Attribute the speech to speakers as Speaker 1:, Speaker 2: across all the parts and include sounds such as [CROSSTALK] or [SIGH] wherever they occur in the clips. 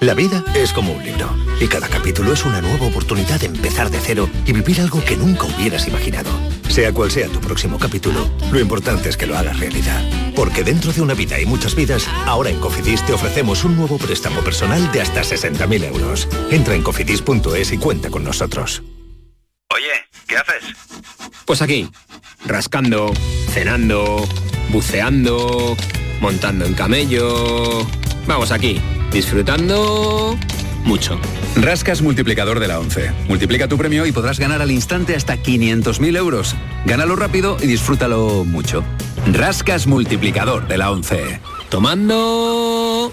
Speaker 1: La vida es como un libro y cada capítulo es una nueva oportunidad de empezar de cero y vivir algo que nunca hubieras imaginado. Sea cual sea tu próximo capítulo, lo importante es que lo hagas realidad. Porque dentro de una vida y muchas vidas, ahora en Cofidis te ofrecemos un nuevo préstamo personal de hasta 60.000 euros. Entra en cofidis.es y cuenta con nosotros.
Speaker 2: Oye, ¿qué haces?
Speaker 3: Pues aquí, rascando, cenando, buceando, montando en camello. Vamos aquí, disfrutando mucho.
Speaker 4: Rascas multiplicador de la 11. Multiplica tu premio y podrás ganar al instante hasta 500.000 euros. Gánalo rápido y disfrútalo mucho. Rascas multiplicador de la 11.
Speaker 3: Tomando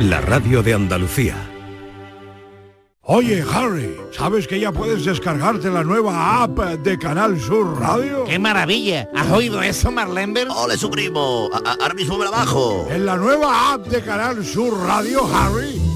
Speaker 5: la radio de Andalucía.
Speaker 6: Oye, Harry, ¿sabes que ya puedes descargarte la nueva app de Canal Sur Radio?
Speaker 7: ¡Qué maravilla! ¿Has oído eso, Marlenberg?
Speaker 8: ¡Ole, su primo! A ahora mismo me la bajo.
Speaker 6: En la nueva app de Canal Sur Radio, Harry,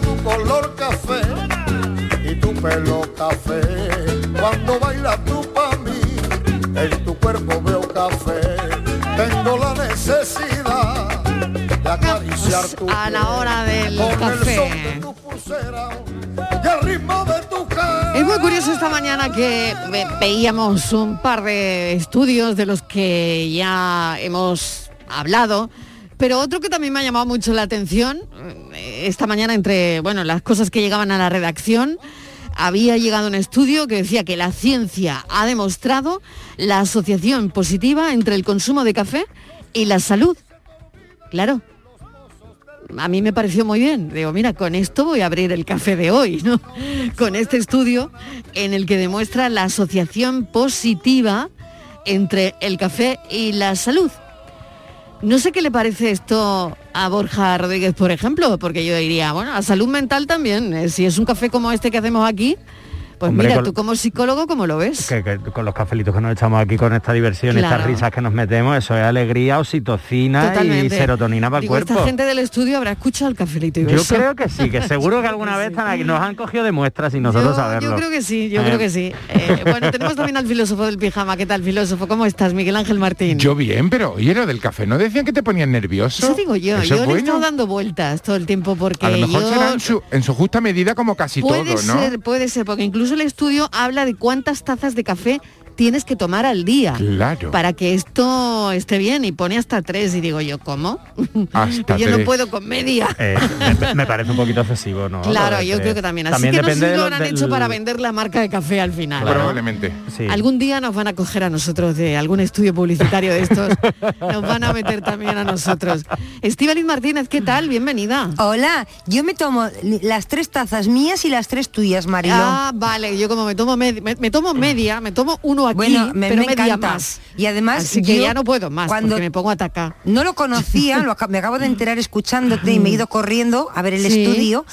Speaker 9: tu color café y tu pelo café. Cuando bailas tú para mí, en tu cuerpo veo café. Tengo la necesidad de acariciar tu piel
Speaker 10: a la hora del
Speaker 9: con el
Speaker 10: café.
Speaker 9: son de tu pulsera y el ritmo de tu cara.
Speaker 10: Es muy curioso esta mañana que ve- veíamos un par de estudios de los que ya hemos hablado, pero otro que también me ha llamado mucho la atención, eh, esta mañana entre bueno, las cosas que llegaban a la redacción, había llegado un estudio que decía que la ciencia ha demostrado la asociación positiva entre el consumo de café y la salud. Claro. a mí me pareció muy bien. Digo, mira, con esto voy a abrir el café de hoy, ¿no? Con este estudio en el que demuestra la asociación positiva entre el café y la salud. No sé qué le parece esto a Borja Rodríguez, por ejemplo, porque yo diría, bueno, a salud mental también. eh, Si es un café como este que hacemos aquí, pues
Speaker 11: Hombre,
Speaker 10: mira,
Speaker 11: con-
Speaker 10: tú como psicólogo, ¿cómo lo ves?
Speaker 11: Que- que con los cafelitos que nos echamos aquí, con esta diversión,
Speaker 10: Claro.
Speaker 11: estas risas que nos metemos, eso es alegría, oxitocina
Speaker 10: Totalmente.
Speaker 11: Ah, y serotonina para el
Speaker 10: Digo,
Speaker 11: cuerpo.
Speaker 10: Esta gente del estudio habrá escuchado el cafelito y
Speaker 11: Yo
Speaker 10: beso.
Speaker 11: creo que sí, que seguro
Speaker 10: [LAUGHS]
Speaker 11: que alguna vez están aquí, nos han cogido de muestras y nosotros saberlo.
Speaker 10: Yo creo que sí, yo
Speaker 11: Eh,
Speaker 10: creo que sí. Eh, bueno, tenemos también al filósofo del pijama. ¿Qué tal, filósofo? ¿Cómo estás, Miguel Ángel Martín?
Speaker 12: Yo bien, pero oye, lo del café, ¿no decían que te ponían nervioso?
Speaker 10: Eso digo yo.
Speaker 12: Eso
Speaker 10: yo
Speaker 12: es
Speaker 10: le he estado
Speaker 12: bueno.
Speaker 10: dando vueltas todo el tiempo porque
Speaker 12: A lo mejor
Speaker 10: yo...
Speaker 12: será en su, en su justa medida como casi todo,
Speaker 10: puede
Speaker 12: ¿no?
Speaker 10: ser, puede ser, porque incluso el estudio habla de cuántas tazas de café tienes que tomar al día
Speaker 12: Claro.
Speaker 10: para que esto esté bien y pone hasta tres y digo yo, ¿cómo? [LAUGHS]
Speaker 11: Hasta
Speaker 10: yo no
Speaker 11: tres.
Speaker 10: puedo con media.
Speaker 11: Eh, me, me parece un poquito excesivo, ¿no?
Speaker 10: Claro,
Speaker 11: Lo de
Speaker 10: yo
Speaker 11: tres.
Speaker 10: creo que también. Así que no sé
Speaker 11: depende
Speaker 10: si
Speaker 11: de
Speaker 10: lo
Speaker 11: lo-
Speaker 10: han
Speaker 11: del-
Speaker 10: hecho para vender la marca de café al final. ¿no?
Speaker 12: Probablemente.
Speaker 11: Sí.
Speaker 10: Algún día nos van a coger a nosotros de algún estudio publicitario de
Speaker 11: [LAUGHS]
Speaker 10: estos. Nos van a meter también a nosotros. Estíbaliz Martínez, ¿qué tal? Bienvenida.
Speaker 13: Hola, yo me tomo li- las tres tazas mías y las tres tuyas, Mariló.
Speaker 10: Ah, vale, yo como me tomo media, me, me tomo media, me tomo uno aquí,
Speaker 13: Bueno, me-
Speaker 10: pero
Speaker 13: me
Speaker 10: media
Speaker 13: encanta.
Speaker 10: más.
Speaker 13: Y además
Speaker 10: Así que
Speaker 13: yo
Speaker 10: ya no puedo más
Speaker 13: cuando-
Speaker 10: porque me pongo a atacar.
Speaker 13: No lo conocía, lo aca- me acabo de enterar escuchándote y me he ido corriendo a ver el
Speaker 10: Sí,
Speaker 13: estudio.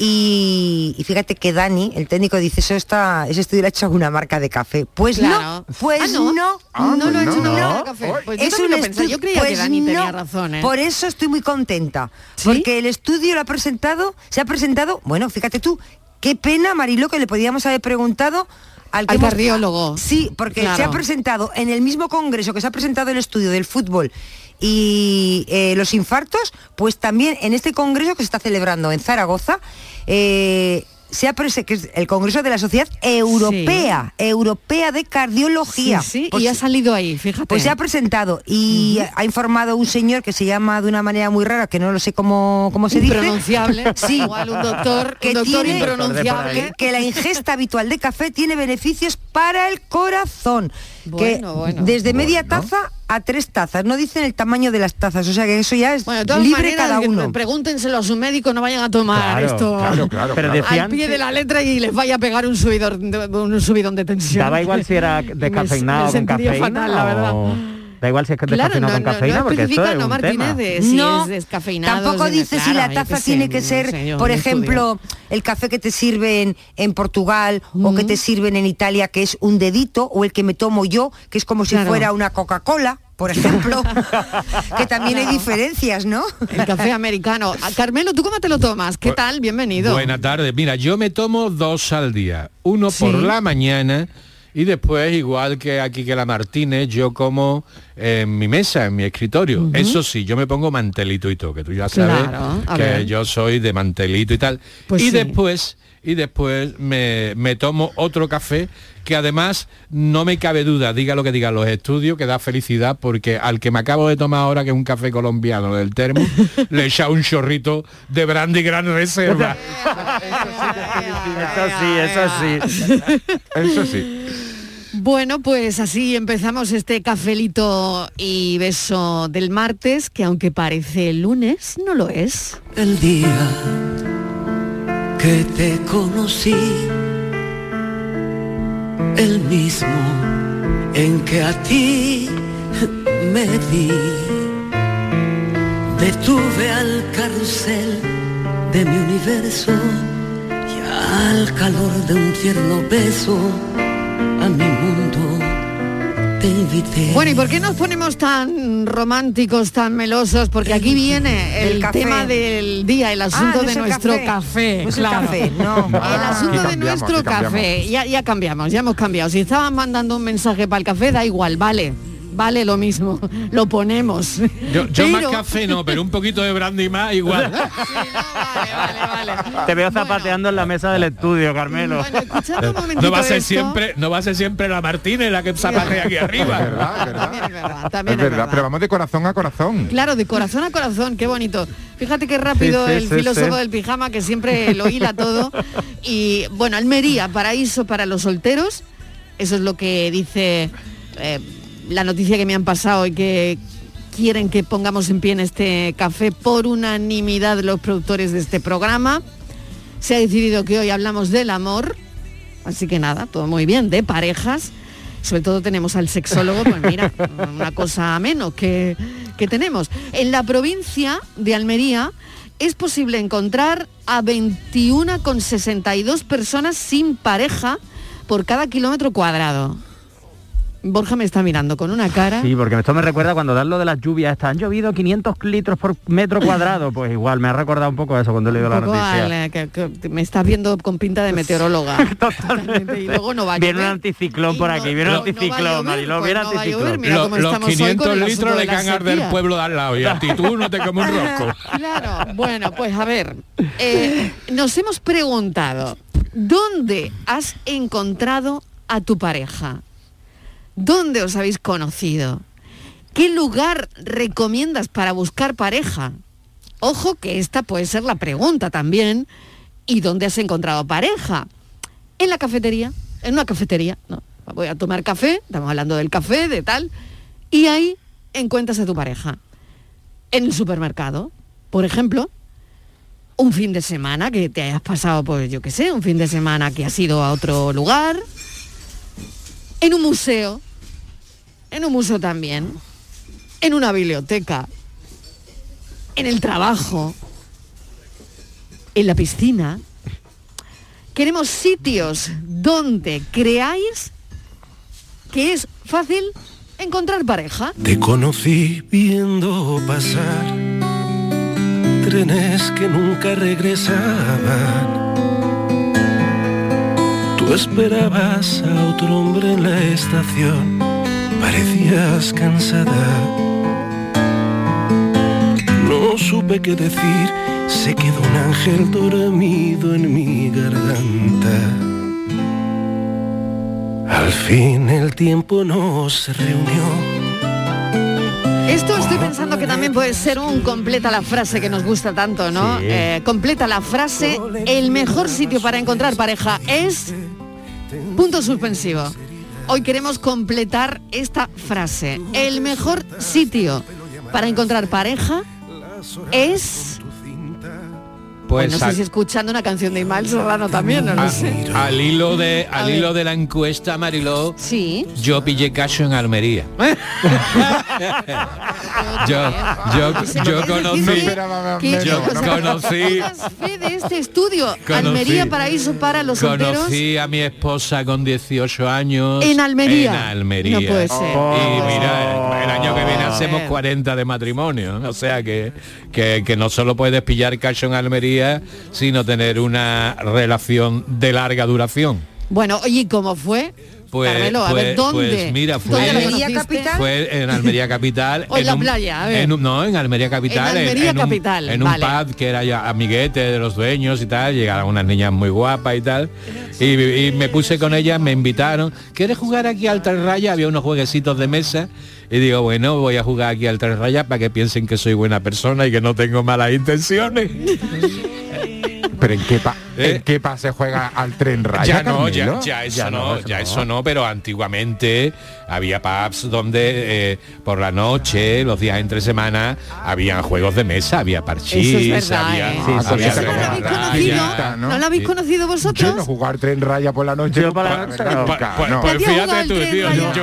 Speaker 13: Y, y fíjate que Dani, el técnico, dice, eso está, ese estudio lo ha hecho alguna marca de café. Pues
Speaker 10: Claro.
Speaker 13: no, pues
Speaker 10: Ah,
Speaker 13: no.
Speaker 10: no. Ah, No pues lo ha hecho no. una marca de café. Pues yo también lo pensaba,
Speaker 13: estu- pues
Speaker 10: yo creía que Dani tenía razón, ¿eh?
Speaker 13: Por eso estoy muy contenta. Porque el estudio lo ha presentado, se ha presentado, bueno, fíjate tú, qué pena, Marilo, que le podíamos haber preguntado. Al, que
Speaker 10: Al
Speaker 13: hemos-
Speaker 10: cardiólogo.
Speaker 13: Sí, porque se ha
Speaker 10: Claro.
Speaker 13: presentado en el mismo congreso que se ha presentado el estudio del fútbol y eh, los infartos, pues también en este congreso que se está celebrando en Zaragoza, eh, se ha prese- que es el congreso de la Sociedad Europea, Europea de Cardiología.
Speaker 10: Sí, sí, y ha salido ahí, fíjate.
Speaker 13: Pues se ha presentado y ha informado un señor que se llama de una manera muy rara, que no lo sé cómo, cómo se dice.
Speaker 10: Impronunciable,
Speaker 13: [LAUGHS] Sí.
Speaker 10: igual un doctor, un
Speaker 13: que
Speaker 10: doctor
Speaker 13: tiene-
Speaker 10: impronunciable.
Speaker 13: que la ingesta habitual de café tiene beneficios para el corazón.
Speaker 10: Bueno,
Speaker 13: que
Speaker 10: bueno.
Speaker 13: desde media taza a tres tazas. No dicen el tamaño de las tazas, o sea que eso ya es
Speaker 10: De todas
Speaker 13: libre
Speaker 10: maneras,
Speaker 13: cada
Speaker 10: que
Speaker 13: uno.
Speaker 10: Pregúntenselo a su médico, no vayan a tomar
Speaker 13: Claro,
Speaker 10: esto
Speaker 13: claro, claro, Pero claro.
Speaker 10: al
Speaker 13: decían
Speaker 10: pie
Speaker 13: que-
Speaker 10: de la letra y les vaya a pegar un, subidor, un subidón de tensión.
Speaker 11: Daba igual si
Speaker 10: [LAUGHS]
Speaker 11: era descafeinado
Speaker 10: me
Speaker 11: con
Speaker 10: sentiría
Speaker 11: cafeína
Speaker 10: fatal, la verdad.
Speaker 11: o- Da igual si es que
Speaker 10: Claro,
Speaker 11: descafeinado
Speaker 10: no,
Speaker 11: con
Speaker 10: no, no
Speaker 11: cafeína, porque esto
Speaker 10: especifica,
Speaker 11: es
Speaker 10: no,
Speaker 11: un
Speaker 10: Martínez,
Speaker 11: tema.
Speaker 10: de si es descafeinado,
Speaker 13: Tampoco
Speaker 10: si no-
Speaker 13: dice si
Speaker 10: claro,
Speaker 13: la
Speaker 10: yo
Speaker 13: taza
Speaker 10: qué sé,
Speaker 13: tiene que
Speaker 10: no
Speaker 13: ser,
Speaker 10: sé, yo
Speaker 13: por
Speaker 10: no
Speaker 13: ejemplo, el café que te sirven en Portugal o
Speaker 10: Mm.
Speaker 13: que te sirven en Italia, que es un dedito, o el que me tomo yo, que es como si
Speaker 10: Claro.
Speaker 13: fuera una Coca-Cola, por ejemplo. que también
Speaker 10: Ah. [LAUGHS]
Speaker 13: hay diferencias, ¿no?
Speaker 10: El café
Speaker 13: [LAUGHS]
Speaker 10: americano. Ah, Carmelo, ¿tú cómo te lo tomas?
Speaker 11: Pues
Speaker 10: ¿Qué tal? Bienvenido.
Speaker 3: Buenas tardes. Mira, yo me tomo dos al día. Uno por la mañana y después, igual que aquí que la Martínez, yo como en mi mesa, en mi escritorio. Eso sí, yo me pongo mantelito y todo, que tú ya sabes
Speaker 14: Claro, a
Speaker 3: que
Speaker 14: ver.
Speaker 3: yo soy de mantelito y tal.
Speaker 14: Pues
Speaker 3: y
Speaker 14: sí.
Speaker 3: después y después me, me tomo otro café que además no me cabe duda, diga lo que digan los estudios, que da felicidad porque al que me acabo de tomar ahora, que es un café colombiano del
Speaker 14: [LAUGHS]
Speaker 3: termo, le echa un chorrito de brandy gran reserva.
Speaker 11: Eso sí, eso sí.
Speaker 3: [LAUGHS] Eso sí.
Speaker 10: Bueno, pues así empezamos este cafelito y beso del martes, que aunque parece lunes, no lo es.
Speaker 15: El día que te conocí, el mismo en que a ti me di. Detuve al carrusel de mi universo y al calor de un tierno beso a mi mundo te invité.
Speaker 10: Bueno, ¿y por qué nos ponemos tan románticos, tan melosos? Porque aquí viene el
Speaker 15: Del café.
Speaker 10: tema del día, el asunto
Speaker 15: Ah, no
Speaker 10: de
Speaker 15: es el
Speaker 10: nuestro
Speaker 15: café.
Speaker 10: café.
Speaker 15: No es el
Speaker 10: claro.
Speaker 15: café,
Speaker 10: El asunto
Speaker 15: aquí
Speaker 10: de
Speaker 15: cambiamos,
Speaker 10: nuestro
Speaker 15: aquí cambiamos.
Speaker 10: café. Ya, ya cambiamos, ya hemos cambiado. Si estaban mandando un mensaje para el café, da igual, vale. Vale lo mismo, [LAUGHS] lo ponemos.
Speaker 3: Yo, yo más
Speaker 10: Pero-
Speaker 3: café no, pero un poquito de brandy más igual.
Speaker 11: Te veo zapateando en la mesa del estudio, Carmelo.
Speaker 3: No va a ser siempre, no va a ser siempre la Martínez la que zapatea aquí arriba.
Speaker 10: También
Speaker 12: es verdad, pero vamos de corazón a corazón.
Speaker 10: Claro, de corazón a corazón, qué bonito. Fíjate qué rápido
Speaker 12: Sí, sí,
Speaker 10: el
Speaker 12: sí,
Speaker 10: filósofo
Speaker 12: sí.
Speaker 10: del pijama que siempre lo hila todo. Y bueno, Almería, paraíso para los solteros. Eso es lo que dice eh, la noticia que me han pasado y que quieren que pongamos en pie en este café por unanimidad los productores de este programa. Se ha decidido que hoy hablamos del amor, así que nada, todo muy bien, de parejas. Sobre todo tenemos al sexólogo, pues mira, una cosa menos que, que tenemos. En la provincia de Almería es posible encontrar a 21,62 personas sin pareja por cada kilómetro cuadrado. Borja me está mirando con una cara.
Speaker 11: Sí, porque esto me recuerda cuando dan lo de las lluvias, estas han llovido 500 litros por metro cuadrado, pues igual me ha recordado un poco eso cuando le digo la
Speaker 10: Poco
Speaker 11: noticia.
Speaker 10: al- eh, que- que me estás viendo con pinta de meteoróloga. Totalmente. Y luego no va a
Speaker 11: Viene un
Speaker 10: llover.
Speaker 11: anticiclón por aquí, viene un
Speaker 10: no- no va a
Speaker 11: anticiclón,
Speaker 10: llover,
Speaker 11: Mariló, viene
Speaker 10: pues no va a llover,
Speaker 11: anticiclón.
Speaker 10: mira Lo- cómo
Speaker 3: Los
Speaker 10: Estamos hoy con el
Speaker 3: 500
Speaker 10: asunto
Speaker 3: litros
Speaker 10: de
Speaker 3: le
Speaker 10: la
Speaker 3: caen arder
Speaker 10: sequía.
Speaker 3: el pueblo de al lado y a ti tú no te comes un rosco.
Speaker 10: Claro, bueno, pues a ver, eh, nos hemos preguntado, ¿dónde has encontrado a tu pareja? ¿Dónde os habéis conocido? ¿Qué lugar recomiendas para buscar pareja? Ojo que esta puede ser la pregunta también. ¿Y dónde has encontrado pareja? En la cafetería, en una cafetería, ¿no? Voy a tomar café, estamos hablando del café, de tal, y ahí encuentras a tu pareja en el supermercado, por ejemplo, un fin de semana que te hayas pasado, pues yo qué sé, un fin de semana que has ido a otro lugar, en un museo, en un museo también, en una biblioteca, en el trabajo, en la piscina. Queremos sitios donde creáis que es fácil encontrar pareja.
Speaker 16: Te conocí viendo pasar trenes que nunca regresaban. Tú esperabas a otro hombre en la estación, parecías cansada. No supe qué decir, se quedó un ángel dormido en mi garganta. Al fin el tiempo nos reunió.
Speaker 10: Esto estoy pensando
Speaker 3: ¿eh?
Speaker 10: que también puede ser un completa la frase que nos gusta tanto, ¿no?
Speaker 16: Sí.
Speaker 10: Eh, completa la frase, el mejor sitio para encontrar pareja es punto suspensivo. Hoy queremos completar esta frase. El mejor sitio para encontrar pareja es... Pues no sé
Speaker 3: al- Ah.
Speaker 10: si escuchando una canción de Imal Serrano también, no lo
Speaker 3: a-
Speaker 10: sé.
Speaker 3: al hilo de
Speaker 10: A
Speaker 3: al
Speaker 10: ver.
Speaker 3: hilo de la encuesta, Mariló,
Speaker 10: Sí.
Speaker 3: yo pillé caso
Speaker 10: [LAUGHS]
Speaker 3: en Almería. yo yo, yo conocí
Speaker 10: que-
Speaker 3: yo
Speaker 10: que- [LAUGHS]
Speaker 3: conocí
Speaker 10: Fe de este estudio,
Speaker 3: Conocí-
Speaker 10: Almería Paraíso para los solteros.
Speaker 3: Conocí a mi esposa con 18 años.
Speaker 10: En Almería.
Speaker 3: En Almería.
Speaker 10: No puede ser.
Speaker 3: Y mira, el año que viene hacemos 40 de matrimonio. O sea que, que, que no solo puedes pillar cacho en Almería, sino tener una relación de larga duración.
Speaker 10: Bueno, oye, ¿y ¿cómo fue?
Speaker 3: Pues,
Speaker 10: Carmelo, a
Speaker 3: pues-
Speaker 10: ver, ¿dónde?
Speaker 3: pues mira, fue,
Speaker 10: ¿Dónde lo conociste?
Speaker 3: fue en Almería Capital.
Speaker 10: O en la
Speaker 3: un-
Speaker 10: playa, a ver.
Speaker 3: en un- no, en Almería Capital.
Speaker 10: En Almería
Speaker 3: un-
Speaker 10: Capital,
Speaker 3: en un
Speaker 10: vale.
Speaker 3: pub que era ya amiguete de los dueños y tal. Llegaron unas niñas muy guapas y tal. Y, y me puse con ellas, me invitaron. ¿Quieres jugar aquí al tres rayas? Había unos jueguecitos de mesa. Y digo, bueno, voy a jugar aquí al tres rayas para que piensen que soy buena persona y que no tengo malas intenciones.
Speaker 12: Pero en qué, pa ¿en qué pa se juega al tren raya.
Speaker 3: Eh. Ya no, ya,
Speaker 12: Carmelo?
Speaker 3: ya eso no, ya eso no, pero antiguamente había pubs donde eh, por la noche, los días entre semana, habían juegos de mesa, había parchís,
Speaker 10: Eso es verdad,
Speaker 3: había,
Speaker 10: ¿eh?
Speaker 3: había-
Speaker 12: Ah, con esa
Speaker 3: había-
Speaker 12: cara
Speaker 10: ¿Habéis conocido?
Speaker 12: ¿no?
Speaker 10: ¿No lo habéis
Speaker 12: Sí.
Speaker 10: conocido
Speaker 12: Yo no
Speaker 10: vosotros?
Speaker 12: jugar tren raya por la noche.
Speaker 3: Yo para la
Speaker 12: nunca,
Speaker 3: noche no.
Speaker 12: nunca,
Speaker 3: Pues-
Speaker 12: no.
Speaker 3: pues
Speaker 10: Nadie ha jugado al tren raya.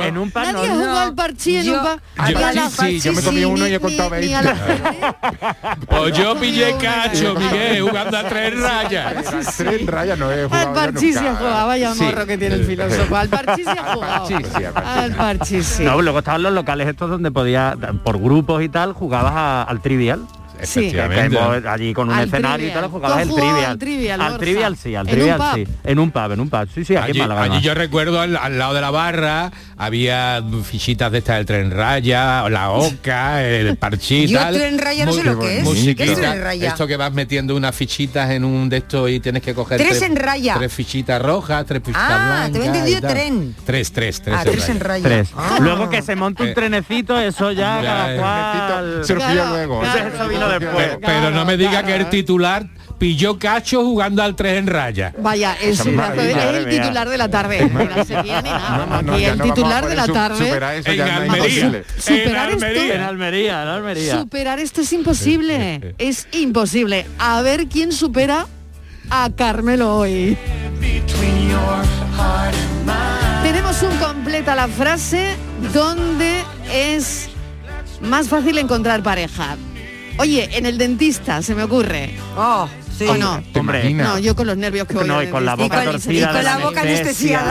Speaker 3: en un
Speaker 10: Nadie ha jugado al parchí en un pa-
Speaker 12: Al
Speaker 10: ni a
Speaker 12: parchís
Speaker 10: la-
Speaker 12: sí, Ah, yo me comí
Speaker 10: sí,
Speaker 12: uno y
Speaker 10: ni-
Speaker 12: he contado
Speaker 10: ni- ni a
Speaker 12: 20.
Speaker 10: la-
Speaker 3: Pues yo pillé cacho, Miguel, jugando a tres rayas.
Speaker 10: [LAUGHS]
Speaker 12: Al tren raya no he jugado
Speaker 10: Al
Speaker 12: yo
Speaker 10: parchís se
Speaker 12: nunca.
Speaker 10: ha jugado, vaya
Speaker 12: Sí.
Speaker 10: morro que tiene el filósofo. Al parchís se
Speaker 12: [LAUGHS]
Speaker 10: ha
Speaker 11: Ah,
Speaker 10: jugado.
Speaker 3: Ah,
Speaker 10: Al parchís, sí.
Speaker 11: No, luego estaban los locales estos donde podías, por grupos y tal, jugabas a- al trivial.
Speaker 10: Sí.
Speaker 3: Efectivamente.
Speaker 11: Que Allí con un
Speaker 10: Al
Speaker 11: escenario y
Speaker 10: Trivial.
Speaker 11: tal, jugabas
Speaker 10: ¿Tú has
Speaker 11: el
Speaker 10: jugado
Speaker 11: trivial.
Speaker 10: al Trivial,
Speaker 11: Al
Speaker 10: Borja?
Speaker 11: trivial sí, al
Speaker 10: ¿En un
Speaker 11: trivial
Speaker 10: pub?
Speaker 11: sí. En un pub, en un pub. Sí, sí, aquí
Speaker 3: Allí,
Speaker 11: en Málaga.
Speaker 3: allí
Speaker 11: además.
Speaker 3: yo recuerdo al, al lado de la barra había fichitas de estas del tren raya, la oca,
Speaker 13: [LAUGHS]
Speaker 3: el parchí
Speaker 13: Yo
Speaker 3: tal.
Speaker 13: tren raya no sé
Speaker 3: Muy
Speaker 13: lo que es.
Speaker 3: musiquita.
Speaker 13: ¿Qué es tren raya?
Speaker 3: Esto que vas metiendo unas fichitas en un de estos y tienes que coger
Speaker 13: Tres en raya.
Speaker 3: Tres fichitas rojas, tres fichitas
Speaker 13: Ah,
Speaker 3: blancas.
Speaker 13: te había
Speaker 3: y
Speaker 13: entendido
Speaker 3: tal.
Speaker 13: tren.
Speaker 3: Tres, tres, tres.
Speaker 13: Ah, tres en raya.
Speaker 3: Tres.
Speaker 13: Ah.
Speaker 11: Luego que se monte un trenecito, eso ya,
Speaker 3: Ya,
Speaker 11: cada
Speaker 3: el
Speaker 11: cual.
Speaker 3: trenecito surgió Claro,
Speaker 11: luego. Eso vino después.
Speaker 3: Pero no me diga que el titular pilló cacho jugando al 3 en raya.
Speaker 10: Vaya, el,
Speaker 3: Esa es
Speaker 10: titular-
Speaker 3: maravilla,
Speaker 10: es
Speaker 3: madre
Speaker 10: el
Speaker 3: mía.
Speaker 10: titular de la tarde. Ni la serie ni nada. Aquí el titular de la tarde.
Speaker 3: en Almería.
Speaker 10: Superar esto-
Speaker 11: En Almería, en Almería.
Speaker 10: Superar esto es imposible. Es imposible. A ver quién supera a Carmelo hoy. Tenemos un completa la frase donde es más fácil encontrar pareja. Oye, en el dentista se me ocurre. Oh, ¿O no?
Speaker 11: ¿Te imaginas?
Speaker 10: No, yo con los nervios que voy
Speaker 11: No,
Speaker 10: al
Speaker 11: y con la
Speaker 10: dentista.
Speaker 11: boca torcida. de anestesia.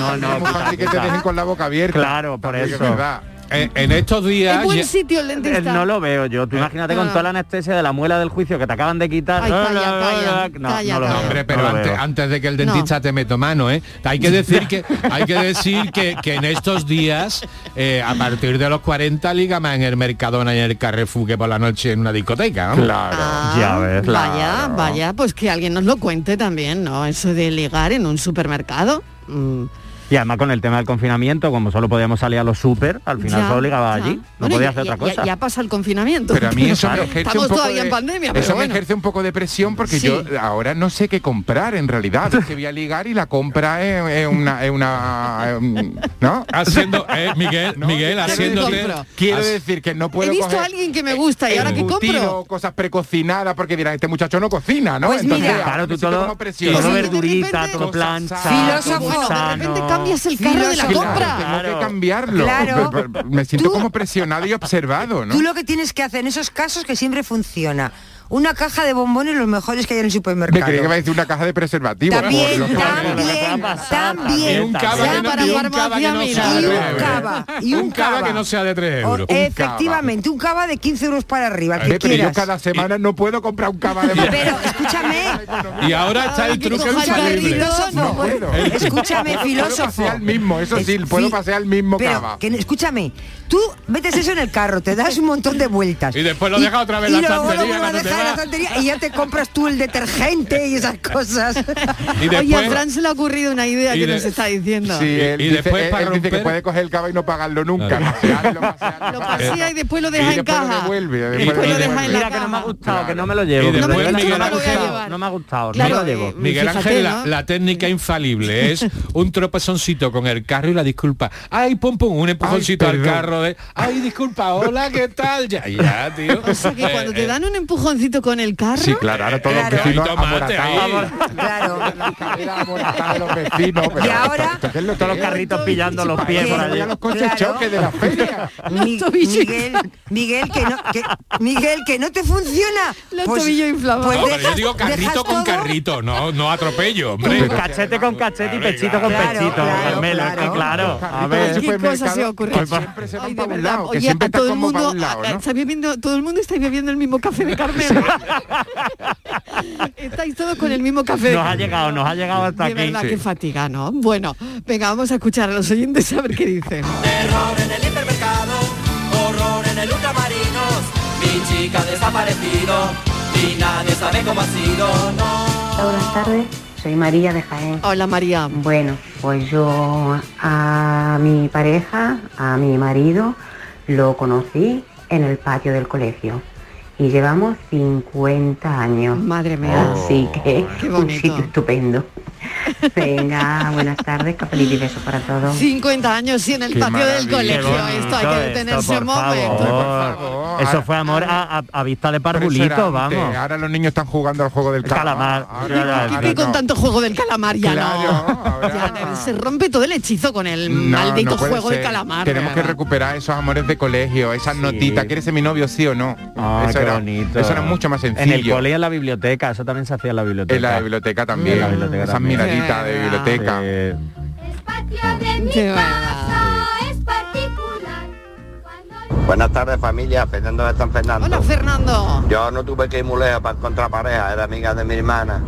Speaker 11: No, no,
Speaker 3: [LAUGHS] Como
Speaker 11: quita,
Speaker 3: así que te
Speaker 11: quita.
Speaker 3: dejen con la boca abierta.
Speaker 11: Claro, por
Speaker 3: Porque es
Speaker 11: eso.
Speaker 3: verdad. En, en estos días...
Speaker 10: Es buen
Speaker 3: ya-
Speaker 10: sitio el
Speaker 11: Eh,
Speaker 10: dentista.
Speaker 11: No lo veo yo. Tú imagínate con
Speaker 10: Ah.
Speaker 11: toda la anestesia de la muela del juicio que te acaban de quitar.
Speaker 10: Ay, calla, calla,
Speaker 11: no,
Speaker 10: calla,
Speaker 11: no lo
Speaker 3: No,
Speaker 11: veo,
Speaker 3: hombre,
Speaker 11: no
Speaker 3: pero
Speaker 11: lo
Speaker 3: ante-
Speaker 11: veo.
Speaker 3: antes, de que el dentista te meta mano, ¿eh? Hay que decir que hay que decir que, que en estos días, eh, a partir de los 40, liga más en el Mercadona y en el Carrefour que por la noche en una discoteca, ¿no?
Speaker 11: Claro, ya ves.
Speaker 10: Ah, Vaya, vaya, pues que alguien nos lo cuente también, ¿no? Eso de ligar en un supermercado. Mm.
Speaker 11: Y además con el tema del confinamiento, como solo podíamos salir a los súper, al final
Speaker 10: Ya,
Speaker 11: solo ligaba
Speaker 10: ya.
Speaker 11: allí. No
Speaker 10: Bueno,
Speaker 11: podía
Speaker 10: ya-
Speaker 11: hacer
Speaker 10: ya-
Speaker 11: otra cosa.
Speaker 10: Ya, ya pasa el confinamiento.
Speaker 3: Pero a mí eso me
Speaker 10: Claro.
Speaker 3: ejerce un
Speaker 10: Estamos
Speaker 3: poco
Speaker 10: todavía
Speaker 3: de-
Speaker 10: en pandemia,
Speaker 3: Eso
Speaker 10: pero
Speaker 3: me
Speaker 10: bueno.
Speaker 3: ejerce un poco de presión porque
Speaker 10: Sí.
Speaker 3: yo ahora no sé qué comprar en realidad. Es que voy a ligar y la compra es, es una, es una- es un- ¿no? Haciendo, eh,
Speaker 11: [LAUGHS]
Speaker 3: Miguel, Miguel,
Speaker 10: haciéndote- compro.
Speaker 3: Quiero
Speaker 10: Has-
Speaker 3: decir que no
Speaker 10: He
Speaker 3: puedo
Speaker 10: visto a
Speaker 3: coger
Speaker 10: alguien que me gusta y ahora que compro.
Speaker 3: embutido, cosas precocinadas, porque dirán, este muchacho no cocina, ¿no?
Speaker 10: Pues mira.
Speaker 3: claro, tú todo,
Speaker 11: todo verdurita, todo plancha,
Speaker 10: Filósofo. todo sano. De repente cambias el carro de la compra.
Speaker 3: Tengo que cambiarlo.
Speaker 13: Claro.
Speaker 3: Pe- pe- Me siento como presionado y observado, ¿no?
Speaker 13: Tú lo que tienes que hacer en esos casos que siempre funciona. Una caja de bombones los mejores que hay en el
Speaker 3: Me
Speaker 13: supermercado.
Speaker 3: creía que iba a decir una caja de preservativos.
Speaker 13: También,
Speaker 3: por lo cual-
Speaker 13: también,
Speaker 3: Y
Speaker 13: también.
Speaker 3: un cava que no-
Speaker 10: para
Speaker 3: y un
Speaker 10: farmacia,
Speaker 3: cava que no
Speaker 10: mira.
Speaker 3: sea de
Speaker 13: Y un
Speaker 3: tres euros.
Speaker 13: cava, y un
Speaker 3: Un cava
Speaker 13: cava.
Speaker 3: que no sea de 3 euros. Un cava.
Speaker 13: Efectivamente, un cava de 15 euros para arriba, el
Speaker 3: Eh,
Speaker 13: que
Speaker 3: pero yo
Speaker 13: quieras.
Speaker 3: cada semana no puedo comprar un cava de
Speaker 13: [LAUGHS] Pero escúchame,
Speaker 3: Y ahora está el truco
Speaker 13: escúchame,
Speaker 3: infalible. No
Speaker 13: filósofo.
Speaker 3: puedo.
Speaker 13: Escúchame,
Speaker 3: Puedo
Speaker 13: filósofo.
Speaker 3: pasear al mismo, eso sí,
Speaker 13: Es-
Speaker 3: puedo
Speaker 13: fi-
Speaker 3: pasear al mismo
Speaker 13: Pero,
Speaker 3: cava.
Speaker 13: que- escúchame, tú metes eso en el carro, te das un montón de vueltas.
Speaker 3: Y después lo dejas otra vez
Speaker 13: y
Speaker 3: en la
Speaker 13: luego lo vuelves
Speaker 3: estantería
Speaker 13: a
Speaker 3: cuando te
Speaker 13: dejar en la
Speaker 3: vas.
Speaker 13: estantería y ya te compras tú el detergente y esas cosas.
Speaker 3: [LAUGHS] Y
Speaker 10: Oye,
Speaker 3: después-
Speaker 10: a Fran se le ha ocurrido una idea
Speaker 3: y
Speaker 10: que
Speaker 3: de-
Speaker 10: nos está diciendo.
Speaker 3: Sí, él Y dice- después él- para él dice que romper- puede coger el cava y no pagarlo nunca.
Speaker 10: Lo pasea y después lo deja en
Speaker 3: Eh, después lo
Speaker 10: caja.
Speaker 3: devuelve,
Speaker 10: Y
Speaker 3: después
Speaker 10: después
Speaker 3: lo
Speaker 10: lo deja en la
Speaker 11: Mira que no me ha
Speaker 10: caja.
Speaker 11: gustado, que no me lo llevo.
Speaker 3: Y
Speaker 11: que
Speaker 3: después
Speaker 11: me lo
Speaker 3: Miguel
Speaker 11: llevo, no me ha
Speaker 3: Ángel-
Speaker 11: gustado, no me ha gustado,
Speaker 3: Claro, eh,
Speaker 11: no me lo llevo.
Speaker 3: Miguel
Speaker 10: eh, fíjate,
Speaker 3: Ángel,
Speaker 10: ¿no?
Speaker 3: la, la técnica infalible es un tropezoncito con el carro y la disculpa. Ay, pum, pum, un empujoncito al carro de... Ay, disculpa, hola, ¿qué tal? Ya, ya, tío.
Speaker 10: O sea que cuando te
Speaker 3: Eh,
Speaker 10: dan un empujoncito con el carro,
Speaker 3: Sí, claro, ahora todos Claro. los vecinos Hay tomate amoratados. ahí. Amoratados los [LAUGHS] vecinos.
Speaker 13: Y ahora-
Speaker 11: Todos los carritos pillando los pies por allí.
Speaker 3: Los coches choque de la feria.
Speaker 13: Mi- Miguel, Miguel, que no, que, Miguel, que no te funciona.
Speaker 10: Los tobillos inflamados.
Speaker 13: pues
Speaker 3: No, pero yo
Speaker 13: dejas-
Speaker 3: digo
Speaker 13: dejas
Speaker 3: carrito con
Speaker 13: todo-
Speaker 3: carrito, no, no atropello, hombre.
Speaker 11: Cachete con cachete y pechito con pechito, Carmelo, es que claro. A ver.
Speaker 10: ¿qué cosa se ocurre?
Speaker 3: Siempre se van para un lado, que
Speaker 10: Oye, a
Speaker 3: siempre está
Speaker 10: todo el
Speaker 3: como para
Speaker 10: mundo
Speaker 3: un lado,
Speaker 10: a-
Speaker 3: ¿no?
Speaker 10: está bebiendo, todo el mundo está bebiendo el mismo café de Carmelo. [LAUGHS] Estáis todos con el mismo café. de
Speaker 11: Nos ha
Speaker 10: Carmelo.
Speaker 11: llegado, nos ha llegado hasta
Speaker 10: De
Speaker 11: aquí.
Speaker 10: verdad
Speaker 11: Sí.
Speaker 10: que fatiga, ¿no? Bueno, venga, vamos a escuchar a los oyentes a ver qué dicen.
Speaker 17: Terror en el hipermercado, horror en el ultramarinos. Mi chica ha desaparecido y nadie sabe cómo ha sido. No.
Speaker 18: Buenas tardes, soy María de Jaén.
Speaker 10: Hola María.
Speaker 18: Bueno, pues yo a mi pareja, a mi marido, lo conocí en el patio del colegio. Y llevamos 50 años.
Speaker 10: Madre mía.
Speaker 18: Así que
Speaker 10: Qué
Speaker 18: un
Speaker 10: bonito.
Speaker 18: sitio [LAUGHS] estupendo. Venga, buenas tardes, cafelito y besos para
Speaker 3: Ah.
Speaker 18: todos.
Speaker 10: 50 años y en el
Speaker 18: Qué
Speaker 10: patio del
Speaker 18: maravilla.
Speaker 10: colegio.
Speaker 18: Qué
Speaker 10: Esto hay que
Speaker 18: bonito
Speaker 10: detenerse un
Speaker 11: Por
Speaker 10: momento.
Speaker 11: favor. Eso fue amor a, a- a vista de
Speaker 3: Pero
Speaker 11: parvulito,
Speaker 3: eso era antes,
Speaker 11: vamos.
Speaker 3: Ahora los niños están jugando al juego del calamar. Ahora,
Speaker 10: ¿Qué
Speaker 3: ahora
Speaker 10: con
Speaker 3: no.
Speaker 10: tanto juego del calamar ya
Speaker 3: Claro,
Speaker 10: no? Ya, se rompe todo el hechizo con el
Speaker 3: No,
Speaker 10: maldito
Speaker 3: no puede
Speaker 10: juego del
Speaker 3: ser.
Speaker 10: calamar.
Speaker 3: Tenemos que recuperar esos amores de colegio, esas notitas. ¿Quieres ser mi novio, sí o no?
Speaker 11: Ah,
Speaker 3: eso,
Speaker 11: qué
Speaker 3: era,
Speaker 11: bonito.
Speaker 3: eso era mucho más
Speaker 11: En el
Speaker 3: sencillo.
Speaker 11: cole y en la biblioteca, eso también se hacía en la biblioteca.
Speaker 3: En la biblioteca también.
Speaker 11: En la biblioteca
Speaker 3: Esas
Speaker 11: también.
Speaker 3: miraditas de biblioteca.
Speaker 11: Sí.
Speaker 9: mi casa es particular.
Speaker 19: Buenas tardes familia, Fernando de San Fernando.
Speaker 10: Hola Fernando.
Speaker 19: Yo no tuve que ir muy lejos para encontrar pareja, era amiga de mi hermana.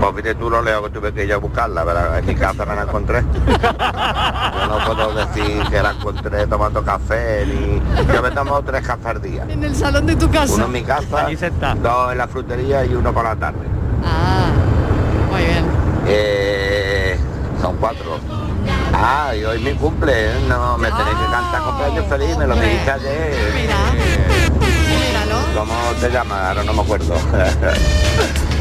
Speaker 19: Pues viste tú lo lejos que tuve que ir yo a buscarla, pero en mi casa no la encontré. Yo no puedo decir que la encontré tomando café, ni... Yo me tomo tres cafés al día.
Speaker 10: En el salón de tu
Speaker 19: Uno
Speaker 10: casa.
Speaker 19: en mi casa, dos en la frutería y uno por la tarde.
Speaker 10: Muy bien.
Speaker 19: Eh, son cuatro. Ah, y hoy mi cumple, ¿eh? no, me tenéis que cantar cumpleaños feliz, me lo dijiste ayer.
Speaker 10: Míralo.
Speaker 19: ¿Cómo te llamas? Ahora no me acuerdo. [LAUGHS]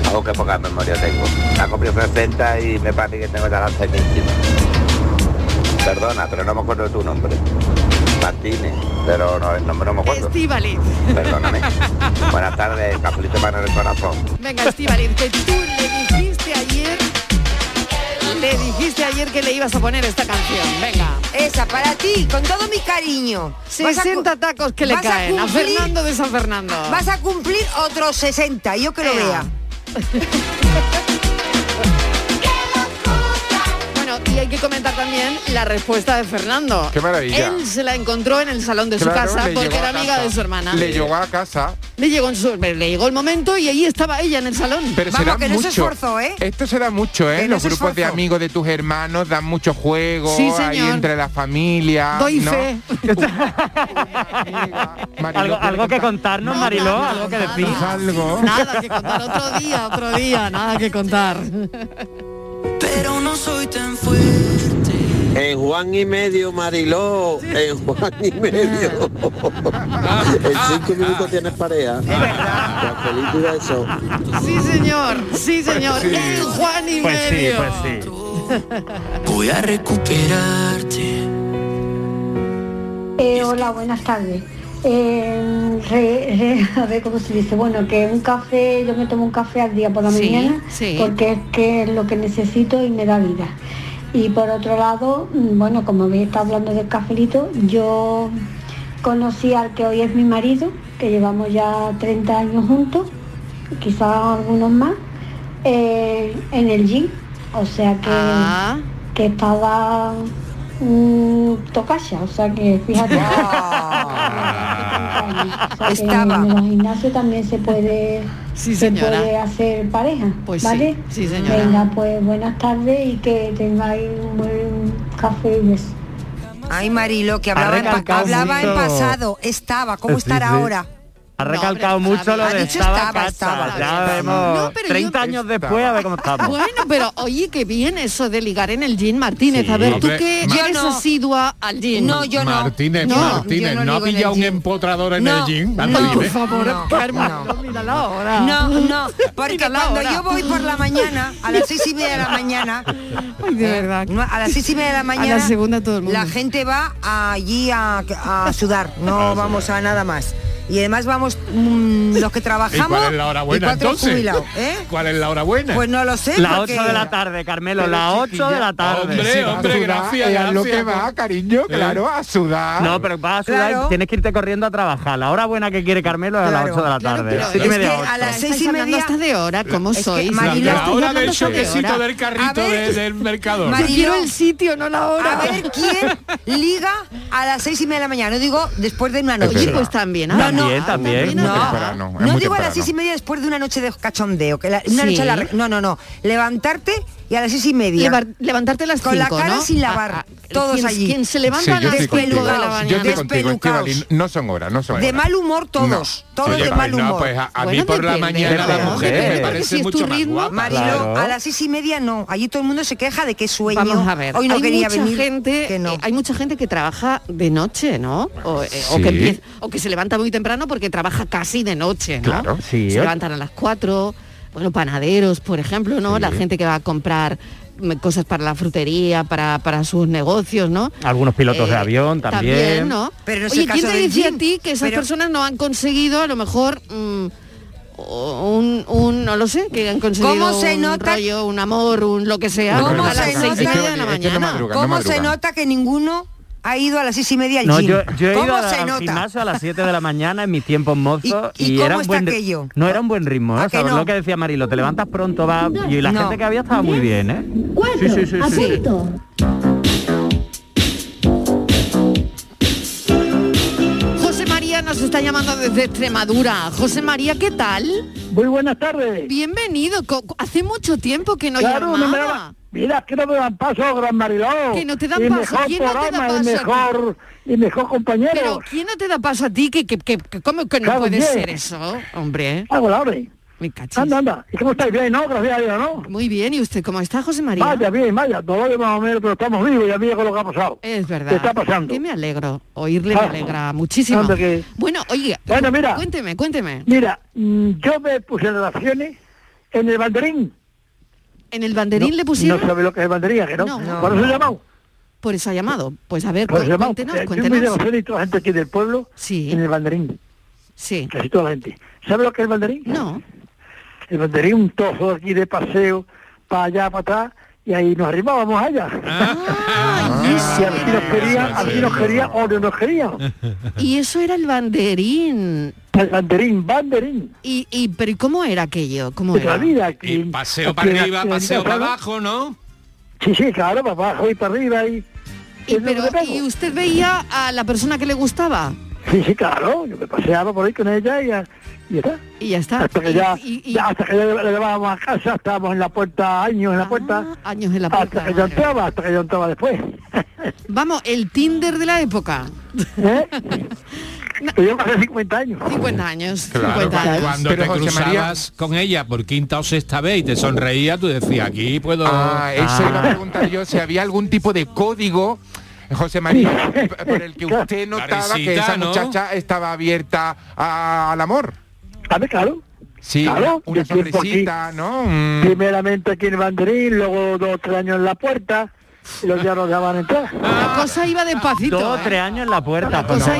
Speaker 19: Algo que poca memoria tengo. La compré 60 y me parece que tengo ya las 75. Perdona, pero no me acuerdo de tu nombre. Martínez, pero no, el nombre no me acuerdo.
Speaker 10: Estíbaliz. [LAUGHS]
Speaker 19: Perdóname. Buenas tardes, cafelito para el corazón.
Speaker 10: Venga, Estíbaliz, que tú le dijiste ayer. Le dijiste ayer que le ibas a poner esta canción. Venga.
Speaker 13: Esa, para ti, con todo mi cariño. Vas a cu-
Speaker 10: 60 tacos que le
Speaker 13: vas a
Speaker 10: caen a,
Speaker 13: cumplir-
Speaker 10: Fernando de San Fernando.
Speaker 13: Vas a cumplir otros 60, yo que lo
Speaker 10: Ea.
Speaker 13: vea.
Speaker 10: Bueno, y hay que comentar también la respuesta de Fernando.
Speaker 12: Qué maravilla.
Speaker 10: Él se la encontró en el salón de
Speaker 12: Claro,
Speaker 10: su casa
Speaker 12: le
Speaker 10: porque
Speaker 12: llegó a
Speaker 10: era amiga
Speaker 12: casa.
Speaker 10: de su hermana.
Speaker 12: Le llegó a casa.
Speaker 10: Le llegó, en su- le llegó el momento y ahí estaba ella en el salón.
Speaker 12: Pero se da mucho. Esto se da mucho, ¿eh?
Speaker 10: ¿eh? Que no
Speaker 12: Los
Speaker 10: se
Speaker 12: grupos de
Speaker 10: esforzó.
Speaker 12: amigos de tus hermanos dan mucho juego
Speaker 10: Sí,
Speaker 12: ahí
Speaker 10: señor.
Speaker 12: entre la
Speaker 11: Ah,
Speaker 12: familia.
Speaker 10: Doy
Speaker 11: [LAUGHS]
Speaker 12: ¿no?
Speaker 10: fe.
Speaker 12: Mariló,
Speaker 11: algo algo que contarnos, Mariló, algo que decir.
Speaker 12: algo.
Speaker 10: Nada que contar, otro día, otro día, nada que Ah, contar.
Speaker 20: Pero no soy tan fuerte. En Juan y medio, Mariló. En Juan y medio. en cinco minutos tienes pareja. La película eso.
Speaker 10: Sí, señor, sí, señor.
Speaker 20: sí.
Speaker 10: El Juan y
Speaker 20: Pues sí,
Speaker 10: medio.
Speaker 20: pues Voy a recuperarte.
Speaker 21: Eh, hola, buenas tardes. Eh, re- [LAUGHS] re- a ver cómo se dice. Bueno, que un café, yo me tomo un café al día por la
Speaker 22: Sí,
Speaker 21: mañana
Speaker 22: sí.
Speaker 21: porque es que es lo que necesito y me da vida. Y por otro lado, mm, bueno, como habéis estado hablando del cafelito, yo conocí al que hoy es mi marido, que llevamos ya 30 años juntos, quizás algunos más, eh, en el gym. O sea que,
Speaker 10: Ah.
Speaker 21: que estaba mm, tocaya, o sea que fíjate.
Speaker 10: Ah.
Speaker 21: O sea que
Speaker 13: Estaba.
Speaker 21: En los gimnasios también se puede, se
Speaker 10: señora.
Speaker 21: puede hacer pareja.
Speaker 10: Pues sí,
Speaker 21: ¿vale?
Speaker 10: sí, señora.
Speaker 21: Venga, pues buenas tardes y que tengáis un buen café y beso.
Speaker 13: Ay, Marilo, que hablaba, en, pa-
Speaker 21: recalcado
Speaker 13: hablaba en
Speaker 21: mucho.
Speaker 13: pasado, estaba, ¿cómo
Speaker 11: Sí,
Speaker 13: estará
Speaker 11: sí.
Speaker 13: ahora?
Speaker 11: [LAUGHS] Ha recalcado mucho lo
Speaker 13: ha
Speaker 11: de
Speaker 13: dicho
Speaker 11: estaba,
Speaker 13: estaba,
Speaker 11: casa.
Speaker 13: estaba,
Speaker 11: ya
Speaker 13: estaba.
Speaker 11: vemos.
Speaker 13: No,
Speaker 10: pero yo-
Speaker 11: 30 años después a ver cómo estamos.
Speaker 10: [LAUGHS] Bueno, pero oye, qué bien eso de ligar en el gym, Martínez.
Speaker 11: Sí.
Speaker 10: A ver, tú
Speaker 11: Hombre,
Speaker 10: que
Speaker 11: Mar-
Speaker 10: eres
Speaker 11: Yo no.
Speaker 10: asidua al gym.
Speaker 3: Martínez, Martínez, no, ha pillado un empotrador en el gym. Martínez.
Speaker 10: por favor, Carmen, mírala ahora.
Speaker 13: No,
Speaker 10: [LAUGHS]
Speaker 13: no, porque
Speaker 10: Mírala
Speaker 13: cuando
Speaker 10: ahora.
Speaker 13: yo voy por la mañana, a las seis y media de la mañana,
Speaker 18: Eh.
Speaker 13: eh,
Speaker 10: de verdad.
Speaker 13: no, a las seis y media de la mañana,
Speaker 10: A la segunda todo el mundo.
Speaker 13: la gente va allí a, a sudar, no vamos a nada más. Y además vamos mm, los que
Speaker 3: ¿Y
Speaker 13: trabajamos.
Speaker 3: cuál es la hora buena
Speaker 13: y cuatro
Speaker 3: entonces?
Speaker 13: jubilados, ¿eh?
Speaker 3: [LAUGHS] ¿Cuál es la hora buena?
Speaker 13: Pues no lo sé.
Speaker 11: Las
Speaker 13: porque-
Speaker 11: 8 de la tarde, Carmelo, las 8 de la tarde.
Speaker 3: Hombre,
Speaker 11: Sí,
Speaker 3: hombre,
Speaker 11: a sudar,
Speaker 3: gracias,
Speaker 12: eh,
Speaker 11: ella es lo
Speaker 3: gracias.
Speaker 11: que va,
Speaker 12: cariño,
Speaker 11: claro,
Speaker 12: a sudar.
Speaker 11: No, pero vas a sudar
Speaker 13: Claro.
Speaker 11: y tienes que irte corriendo a trabajar. La hora buena que quiere Carmelo es a las 8 de la tarde.
Speaker 10: pero
Speaker 11: Siete y
Speaker 10: es
Speaker 11: media,
Speaker 10: que
Speaker 11: ocho.
Speaker 13: a las seis y
Speaker 10: Estáis hablando
Speaker 13: media
Speaker 10: hasta de hora, ¿cómo
Speaker 13: Es que,
Speaker 10: sois?
Speaker 13: Marilo,
Speaker 3: La hora del
Speaker 13: Estoy hablando sobre
Speaker 3: choquecito
Speaker 13: hora.
Speaker 3: del carrito
Speaker 13: A ver.
Speaker 3: de- del mercador.
Speaker 13: Marilo,
Speaker 10: Quiero el sitio, no la hora. [LAUGHS]
Speaker 13: A ver quién liga a las seis y media de la mañana. No digo después de una
Speaker 10: Oye,
Speaker 13: noche.
Speaker 10: pues también,
Speaker 13: No, no,
Speaker 12: También, también.
Speaker 13: No,
Speaker 12: Muy temprano, es
Speaker 13: no
Speaker 12: muy
Speaker 13: digo a
Speaker 12: temprano.
Speaker 13: las seis y media después de una noche de cachondeo. Que la- una
Speaker 10: Sí.
Speaker 13: noche larga- no, no, no. Levantarte y a las seis y media.
Speaker 10: Levar- levantarte a las
Speaker 13: Con
Speaker 10: cinco,
Speaker 13: la cara
Speaker 10: ¿no? Ah,
Speaker 13: sin lavar.
Speaker 10: A- a-
Speaker 13: todos
Speaker 10: quien-
Speaker 13: allí.
Speaker 10: quien se levanta a
Speaker 12: yo
Speaker 10: las
Speaker 12: estoy
Speaker 10: cinco de
Speaker 12: contigo.
Speaker 10: la mañana.
Speaker 12: Yo estoy contigo,
Speaker 13: Despelucaos.
Speaker 12: Estivali, No son horas, no son
Speaker 13: De
Speaker 12: horas.
Speaker 13: mal humor todos.
Speaker 12: No.
Speaker 13: Todos
Speaker 12: Oye,
Speaker 13: de mal
Speaker 12: Carmen,
Speaker 13: humor.
Speaker 12: No, pues a, a mí por la mañana la mujer me parece mucho más guapa.
Speaker 13: Marilo, a las seis y media no. Allí todo el mundo se queja de que sueño.
Speaker 10: Vamos a ver,
Speaker 13: Pues Hoy no
Speaker 10: hay
Speaker 13: quería
Speaker 10: mucha
Speaker 13: venir.
Speaker 10: gente, eh, hay mucha gente que trabaja de noche, ¿no? O, eh, o
Speaker 12: sí.
Speaker 10: que empieza- o que se levanta muy temprano porque trabaja casi de noche, ¿no?
Speaker 12: Claro, sí.
Speaker 10: Se levantan a las 4, bueno, panaderos, por ejemplo, ¿no? La gente que va a comprar mm, cosas para la frutería, para, para sus negocios, ¿no?
Speaker 11: Algunos pilotos de avión también.
Speaker 10: ¿no?
Speaker 13: Pero Eh, no es
Speaker 10: Oye,
Speaker 13: el
Speaker 10: ¿quién
Speaker 13: caso
Speaker 10: te
Speaker 13: del
Speaker 10: dice
Speaker 13: gym,
Speaker 10: a ti que esas
Speaker 13: pero-
Speaker 10: personas no han conseguido a lo mejor mm, o- un, un- no lo sé, que han conseguido
Speaker 13: ¿Cómo se
Speaker 10: un
Speaker 13: nota?
Speaker 10: rollo, un amor, un lo que sea,
Speaker 13: ¿Cómo
Speaker 10: a las
Speaker 13: se
Speaker 10: seis y
Speaker 13: nota?
Speaker 10: media de la
Speaker 12: Es que no
Speaker 10: mañana?
Speaker 12: madruga, no
Speaker 13: ¿Cómo se
Speaker 12: madruga.
Speaker 13: nota que ninguno ha ido a las seis y media al
Speaker 11: No,
Speaker 13: gym?
Speaker 11: yo, yo he
Speaker 13: ¿Cómo
Speaker 11: ido a-
Speaker 13: se
Speaker 11: al
Speaker 13: nota?
Speaker 11: gimnasio a las 7 de la mañana en mis tiempos mozos
Speaker 13: ¿Y-
Speaker 11: y,
Speaker 13: y cómo
Speaker 11: era un
Speaker 13: está
Speaker 11: buen ri-
Speaker 13: aquello?
Speaker 11: no era un buen ritmo, ¿eh?
Speaker 13: que
Speaker 11: ¿Sabes
Speaker 13: no?
Speaker 11: lo que decía Marilo? Te levantas pronto, va y la
Speaker 13: No.
Speaker 11: gente que había estaba muy bien, ¿eh?
Speaker 21: Cuatro,
Speaker 10: Ah,
Speaker 21: a punto.
Speaker 10: José María nos está llamando desde Extremadura. José María, ¿qué tal?
Speaker 5: Muy buenas tardes.
Speaker 10: Bienvenido. Co- co- Hace mucho tiempo que no
Speaker 5: Claro, no me
Speaker 10: llamaba.
Speaker 5: daba- mira, que no me dan paso, gran Mariló.
Speaker 10: Que no te dan
Speaker 5: y
Speaker 10: paso.
Speaker 5: Mejor
Speaker 10: ¿Quién no te da
Speaker 5: programa,
Speaker 10: paso a
Speaker 5: y
Speaker 10: ti?
Speaker 5: mejor, y mejor compañero.
Speaker 10: Pero ¿quién no te da paso a ti? Que, que, que- que- ¿Cómo que no
Speaker 5: Claro,
Speaker 10: puede
Speaker 5: bien.
Speaker 10: ser eso, hombre?
Speaker 5: Hago la orden.
Speaker 10: ¿Eh? Me cachis.
Speaker 5: Anda, anda. ¿Y cómo estáis? Bien, ¿no? Gracias a Dios, ¿no?
Speaker 10: Muy bien, ¿y usted cómo está, José María?
Speaker 5: Vaya, bien, vaya. Dolores más o menos, pero estamos vivos y a mí es lo que ha pasado.
Speaker 10: Es verdad.
Speaker 5: ¿Qué está pasando?
Speaker 10: Que me alegro. Oírle
Speaker 5: Ah.
Speaker 10: me alegra muchísimo.
Speaker 5: Anda que-
Speaker 10: Bueno, oye,
Speaker 5: Bueno, mira.
Speaker 10: cuénteme, cuénteme.
Speaker 5: Mira, mm, yo me puse relaciones en el banderín.
Speaker 10: ¿En el banderín le pusieron?
Speaker 5: No sabe lo que es el banderín, ¿a que ¿no?
Speaker 10: No.
Speaker 5: Por eso he llamado.
Speaker 10: Por eso ha llamado. Pues a ver,
Speaker 5: Por eso he llamado.
Speaker 10: cuéntenos,
Speaker 5: Eh, Yo me hice
Speaker 10: cuéntenos.
Speaker 5: relaciones y toda la gente aquí del pueblo en el banderín.
Speaker 10: Sí.
Speaker 5: Casi toda la gente. ¿Sabe lo que es el banderín?
Speaker 10: No.
Speaker 5: El banderín, un tozo aquí de paseo, para allá, para atrás, y ahí nos arrimábamos allá.
Speaker 10: Ah,
Speaker 5: [LAUGHS] y así nos querían, así nos querían o no nos querían.
Speaker 10: Y eso era el banderín.
Speaker 5: El banderín, banderín.
Speaker 10: ¿Y, y pero ¿y cómo era aquello? ¿Cómo
Speaker 5: De la
Speaker 10: era?
Speaker 5: vida. aquí.
Speaker 3: Y paseo
Speaker 5: aquí
Speaker 3: para
Speaker 5: en la-
Speaker 3: arriba,
Speaker 5: en la
Speaker 3: paseo
Speaker 5: vida,
Speaker 3: para
Speaker 5: ¿sabes?
Speaker 3: abajo, ¿no?
Speaker 5: Sí, sí, claro, para abajo y para arriba y...
Speaker 10: Y, pero, ¿y usted veía a la persona que le gustaba?
Speaker 5: Sí, sí, claro, yo me paseaba por ahí con ella y ya, y ya está.
Speaker 10: Y ya está.
Speaker 5: Hasta que
Speaker 10: Y-
Speaker 5: ya,
Speaker 10: y-
Speaker 5: ya hasta que ya le llevábamos a casa, estábamos en la puerta, años en la puerta.
Speaker 10: Ah, Años en la
Speaker 5: Hasta que yo entraba, hasta que yo entraba después.
Speaker 10: Vamos, el Tinder de la época. [LAUGHS]
Speaker 5: ¿Eh? Que yo pasé 50 años.
Speaker 10: 50 años.
Speaker 3: Claro,
Speaker 10: 50 años.
Speaker 3: cuando
Speaker 12: Pero,
Speaker 3: te
Speaker 12: José María-
Speaker 3: cruzabas con ella por quinta o sexta vez y te sonreía, tú decías, aquí puedo...
Speaker 12: Ah, eso iba a preguntar yo, si había algún tipo de código, José María, p- por el que usted notaba que
Speaker 3: Clarecita,
Speaker 12: esa
Speaker 3: ¿no?
Speaker 12: muchacha estaba abierta a- al amor.
Speaker 5: A ver, claro.
Speaker 12: Sí,
Speaker 5: Claro,
Speaker 12: una
Speaker 5: yo tiempo aquí.
Speaker 12: sonrisita, ¿no? Mm.
Speaker 5: Primeramente aquí en el banderín, luego dos o tres años en la puerta, y los ya nos daban entrar.
Speaker 10: La cosa Ah, iba
Speaker 12: Ah,
Speaker 10: despacito.
Speaker 11: Dos, tres años en la puerta. pues no,
Speaker 12: pues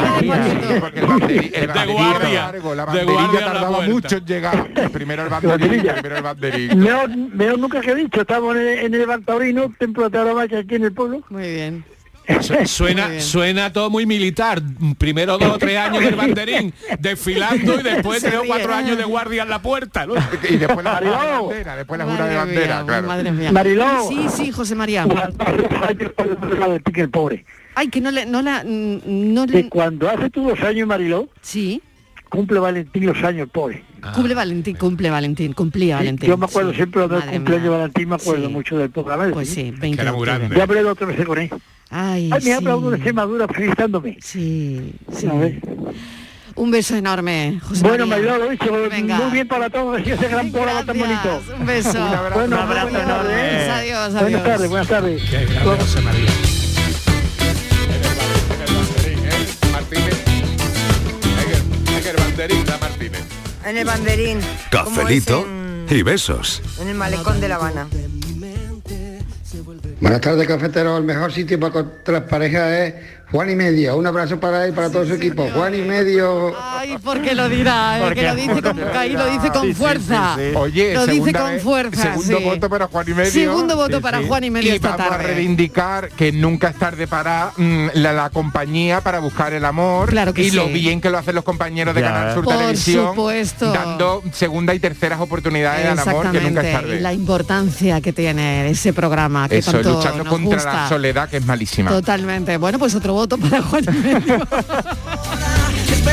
Speaker 13: [LAUGHS]
Speaker 12: El banderín era largo, la banderilla tardaba mucho en llegar. Primero el banderín,
Speaker 5: banderilla.
Speaker 12: primero el banderín.
Speaker 5: Mejor, mejor nunca que he dicho, estamos en el, en el Baltaurino, templo de Tarabaya, aquí en el pueblo.
Speaker 10: Muy bien.
Speaker 3: Su-
Speaker 5: Muy
Speaker 3: Suena,
Speaker 5: bien.
Speaker 3: suena todo muy militar. Primero dos o tres años del banderín, desfilando y después
Speaker 12: Se
Speaker 3: tres o cuatro
Speaker 12: ríe.
Speaker 3: años de guardia en la puerta. ¿no?
Speaker 12: Y después la jura de
Speaker 3: Mariló.
Speaker 12: bandera, después la jura de bandera, claro.
Speaker 10: oh, Madre mía.
Speaker 12: Mariló.
Speaker 10: Sí, sí, José María.
Speaker 5: que el pobre.
Speaker 10: Ay, que no le, no la, mm, no
Speaker 5: Que
Speaker 10: le
Speaker 5: cuando hace tú dos años, Mariló,
Speaker 10: sí.
Speaker 5: cumple Valentín los años, el pobre.
Speaker 3: Ah,
Speaker 10: cumple Valentín, cumple Valentín, cumplía Valentín.
Speaker 5: Yo me acuerdo
Speaker 10: sí.
Speaker 5: siempre del
Speaker 10: Madre
Speaker 5: cumpleaños de
Speaker 10: mía.
Speaker 5: Valentín, me acuerdo
Speaker 10: Sí.
Speaker 5: mucho del programa.
Speaker 10: Pues sí, 20
Speaker 3: era muy
Speaker 10: de octubre.
Speaker 3: grande.
Speaker 5: Ya hablé la otra vez con él.
Speaker 10: Ay,
Speaker 5: Ay, me ha
Speaker 10: sí.
Speaker 5: hablado de Extremadura felicitándome.
Speaker 10: Sí, sí.
Speaker 5: A ver.
Speaker 10: Un beso enorme, José
Speaker 5: Bueno,
Speaker 10: María.
Speaker 5: Mariló, lo dicho,
Speaker 10: Venga.
Speaker 5: muy bien para todos, así ese gran programa tan bonito.
Speaker 10: Un beso.
Speaker 5: Un abrazo, Bueno, buenas tardes.
Speaker 10: Adiós,
Speaker 5: Buenas
Speaker 10: adiós.
Speaker 5: tardes, buenas tardes.
Speaker 3: Qué grande, José María.
Speaker 12: Martínez. Hay que el banderín da Martínez.
Speaker 13: En el banderín. como
Speaker 23: Cafelito y besos.
Speaker 13: es En el malecón de La Habana.
Speaker 24: Buenas tardes, cafetero. El mejor sitio para encontrar parejas es Juan y Medio. Un abrazo para él y para todo su equipo. Juan y Medio.
Speaker 10: Ay, porque lo dirá, eh,
Speaker 24: Porque-
Speaker 10: que lo dice con ahí lo dice con
Speaker 24: Sí, sí,
Speaker 10: fuerza.
Speaker 12: sí, sí. Oye,
Speaker 10: lo dice
Speaker 12: segunda
Speaker 10: con
Speaker 12: vez-
Speaker 10: fuerza.
Speaker 12: segundo
Speaker 10: sí.
Speaker 12: voto para Juan y medio.
Speaker 10: Segundo voto para Juan y medio
Speaker 12: Y
Speaker 10: esta
Speaker 12: vamos a
Speaker 10: tarde.
Speaker 12: reivindicar que nunca es tarde para mm, la, la compañía para buscar el amor
Speaker 10: Claro que
Speaker 12: y lo
Speaker 10: sí.
Speaker 12: bien que lo hacen los compañeros de
Speaker 10: Ya,
Speaker 12: Canal Sur
Speaker 10: Por
Speaker 12: Televisión
Speaker 10: supuesto.
Speaker 12: dando segunda y terceras oportunidades al amor que nunca es
Speaker 10: Exactamente.
Speaker 12: tarde.
Speaker 10: Y la importancia que tiene ese programa que
Speaker 12: Eso,
Speaker 10: tanto
Speaker 12: luchando
Speaker 10: nos
Speaker 12: contra
Speaker 10: gusta.
Speaker 12: la soledad que es malísima.
Speaker 10: Totalmente. Bueno, pues otro voto para Juan y medio. Que se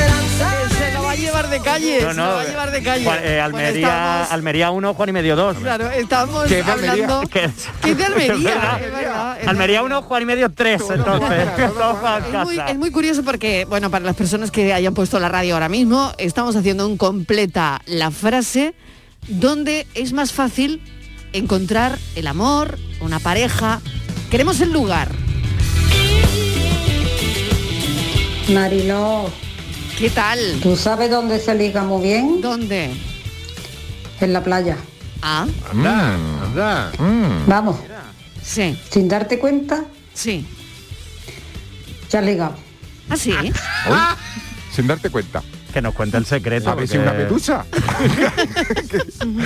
Speaker 10: lo va a llevar de calle, se lo va a llevar de calle.
Speaker 11: Juan- eh,
Speaker 10: Bueno,
Speaker 11: Almería,
Speaker 10: estamos-
Speaker 11: Almería 1, Juan y medio 2.
Speaker 10: Claro, estamos
Speaker 11: ¿Qué es de Almería? [LAUGHS]
Speaker 10: hablando
Speaker 11: ¿Qué
Speaker 10: que es de Almería,
Speaker 11: Es verdad.
Speaker 10: es verdad, es
Speaker 11: Almería 1, Juan y medio 3, [LAUGHS] entonces. Todo para
Speaker 10: Es muy,
Speaker 11: casa.
Speaker 10: es muy curioso porque, bueno, para las personas que hayan puesto la radio ahora mismo, estamos haciendo un completa la frase donde es más fácil encontrar el amor, una pareja. Queremos el lugar.
Speaker 20: Mariló.
Speaker 10: ¿Qué tal?
Speaker 20: ¿Tú sabes dónde se liga muy bien?
Speaker 10: ¿Dónde?
Speaker 20: En la playa.
Speaker 10: Ah.
Speaker 12: Anda, Mm.
Speaker 3: anda.
Speaker 20: Vamos.
Speaker 10: Sí.
Speaker 20: Sin darte cuenta.
Speaker 10: Sí.
Speaker 20: Ya has ligado.
Speaker 10: ¿Ah, sí?
Speaker 12: Sin darte cuenta.
Speaker 11: Que nos cuente el secreto.
Speaker 12: A ver si una pelusa.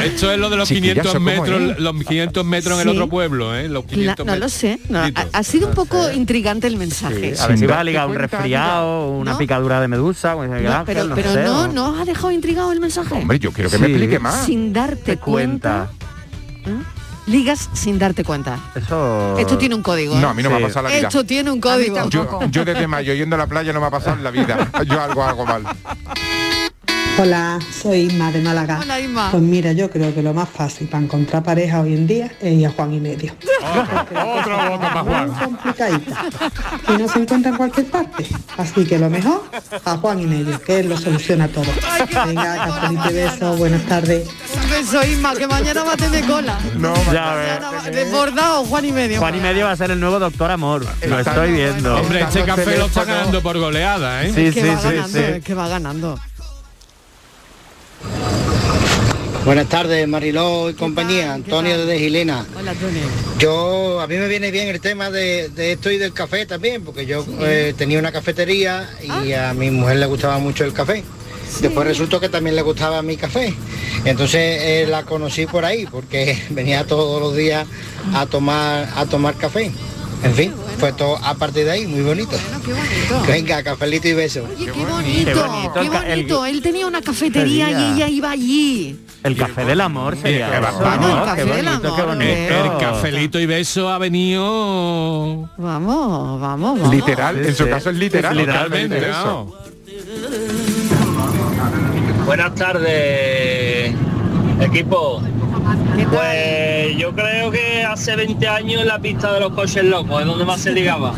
Speaker 3: Esto es lo de los
Speaker 12: Chiquillazo,
Speaker 3: 500
Speaker 12: ¿cómo
Speaker 3: metros,
Speaker 12: es?
Speaker 3: los 500 metros en el
Speaker 10: Sí.
Speaker 3: otro pueblo, ¿eh? Los
Speaker 10: La-
Speaker 3: 500
Speaker 10: no lo
Speaker 3: metros.
Speaker 10: sé. no, ha, ha sido un poco intrigante el mensaje.
Speaker 11: a ver si va a ligar un resfriado, una picadura de medusa, un
Speaker 10: No, pero
Speaker 11: no
Speaker 10: pero
Speaker 11: sé,
Speaker 10: no,
Speaker 11: o-
Speaker 10: no os ha dejado intrigado el mensaje.
Speaker 12: Hombre, yo quiero que me
Speaker 11: Sí.
Speaker 12: explique más.
Speaker 10: Sin darte cuenta. Ligas sin darte cuenta.
Speaker 12: Eso...
Speaker 10: Esto tiene un código. ¿eh?
Speaker 12: No, a mí no me ha pasado la vida.
Speaker 10: Esto tiene un código.
Speaker 12: Yo,
Speaker 10: [LAUGHS]
Speaker 12: yo desde mayo yendo a la playa no me ha pasado en la vida. Yo algo hago mal.
Speaker 25: Hola, soy Isma de Málaga.
Speaker 10: Hola, Isma.
Speaker 25: Pues mira, yo creo que lo más fácil para encontrar pareja hoy en día es ir a Juan y medio.
Speaker 3: Otro voto para Juan.
Speaker 25: Complicadita. Y no se encuentra en cualquier parte. Así que lo mejor, a Juan y medio, que él lo soluciona todo. Venga, cafelito y besos, buenas tardes.
Speaker 10: eso, Isma, que mañana va a tener cola.
Speaker 11: No,
Speaker 10: mañana va- Desbordado, Juan y medio.
Speaker 11: Juan y medio va a ser el nuevo Doctor Amor. Lo estoy viendo.
Speaker 3: Hombre, este café lo está ganando por goleada, ¿eh?
Speaker 11: Sí,
Speaker 10: que
Speaker 11: sí,
Speaker 10: va
Speaker 11: sí,
Speaker 10: ganando,
Speaker 11: sí.
Speaker 10: es que va ganando.
Speaker 26: Buenas tardes, Mariló y compañía. Antonio desde Gilena.
Speaker 10: Hola, Tony.
Speaker 26: Yo, a mí me viene bien el tema de, de esto y del café también, porque yo eh, tenía una cafetería y a mi mujer le gustaba mucho el café. Después resultó que también le gustaba mi café. Entonces eh, la conocí por ahí, porque [LAUGHS] venía todos los días a tomar, a tomar café. En fin, fue todo a partir de ahí, muy bonito. Venga, cafelito y beso.
Speaker 10: Qué bonito, qué bonito. Él tenía una cafetería
Speaker 26: Tenía.
Speaker 10: y ella iba allí.
Speaker 11: El café del amor sería.
Speaker 3: que va-
Speaker 11: eso, ¿no?
Speaker 3: vamos, el
Speaker 11: Qué
Speaker 3: café del
Speaker 11: bonito, qué bonito.
Speaker 3: El cafelito y beso ha venido.
Speaker 10: Vamos, vamos, vamos.
Speaker 12: Literal, en su caso es literal.
Speaker 3: Literalmente,
Speaker 12: Totalmente,
Speaker 3: vamos.
Speaker 10: [LAUGHS]
Speaker 6: [LAUGHS] Buenas tardes, equipo. Pues yo creo que hace 20 años la pista de los coches locos es donde más se ligaba.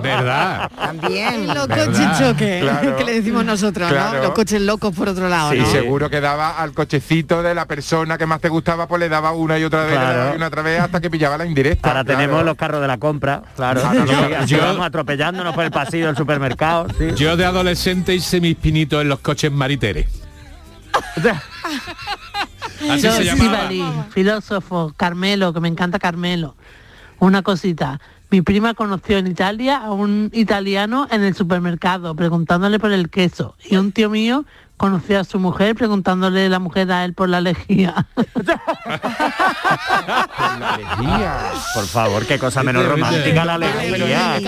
Speaker 3: ¿Verdad?
Speaker 10: También. Los
Speaker 12: ¿Verdad?
Speaker 10: coches choque, ¿eh?
Speaker 12: Claro.
Speaker 10: que le decimos nosotros,
Speaker 12: Claro.
Speaker 10: ¿no? Los coches locos por otro lado,
Speaker 12: Sí,
Speaker 10: ¿no?
Speaker 12: seguro que daba al cochecito de la persona que más te gustaba, pues le daba una y otra vez,
Speaker 11: Claro.
Speaker 12: le daba una otra vez hasta que pillaba la indirecta.
Speaker 11: Ahora tenemos los carros de la compra,
Speaker 10: [LAUGHS]
Speaker 11: claro.
Speaker 12: Ahora
Speaker 11: Sí,
Speaker 12: yo-
Speaker 11: así
Speaker 12: yo-
Speaker 11: vamos atropellándonos por el pasillo del supermercado. sí.
Speaker 3: Yo de adolescente hice mis pinitos en los coches mariteres. Así
Speaker 27: Yo,
Speaker 3: se llamaba.
Speaker 27: Estivali, filósofo, Carmelo, que me encanta Carmelo. Una cosita. Mi prima conoció en Italia a un italiano en el supermercado preguntándole por el queso. Y un tío mío conoció a su mujer preguntándole la mujer a él por la lejía.
Speaker 11: Por favor, qué cosa menos romántica la alegría.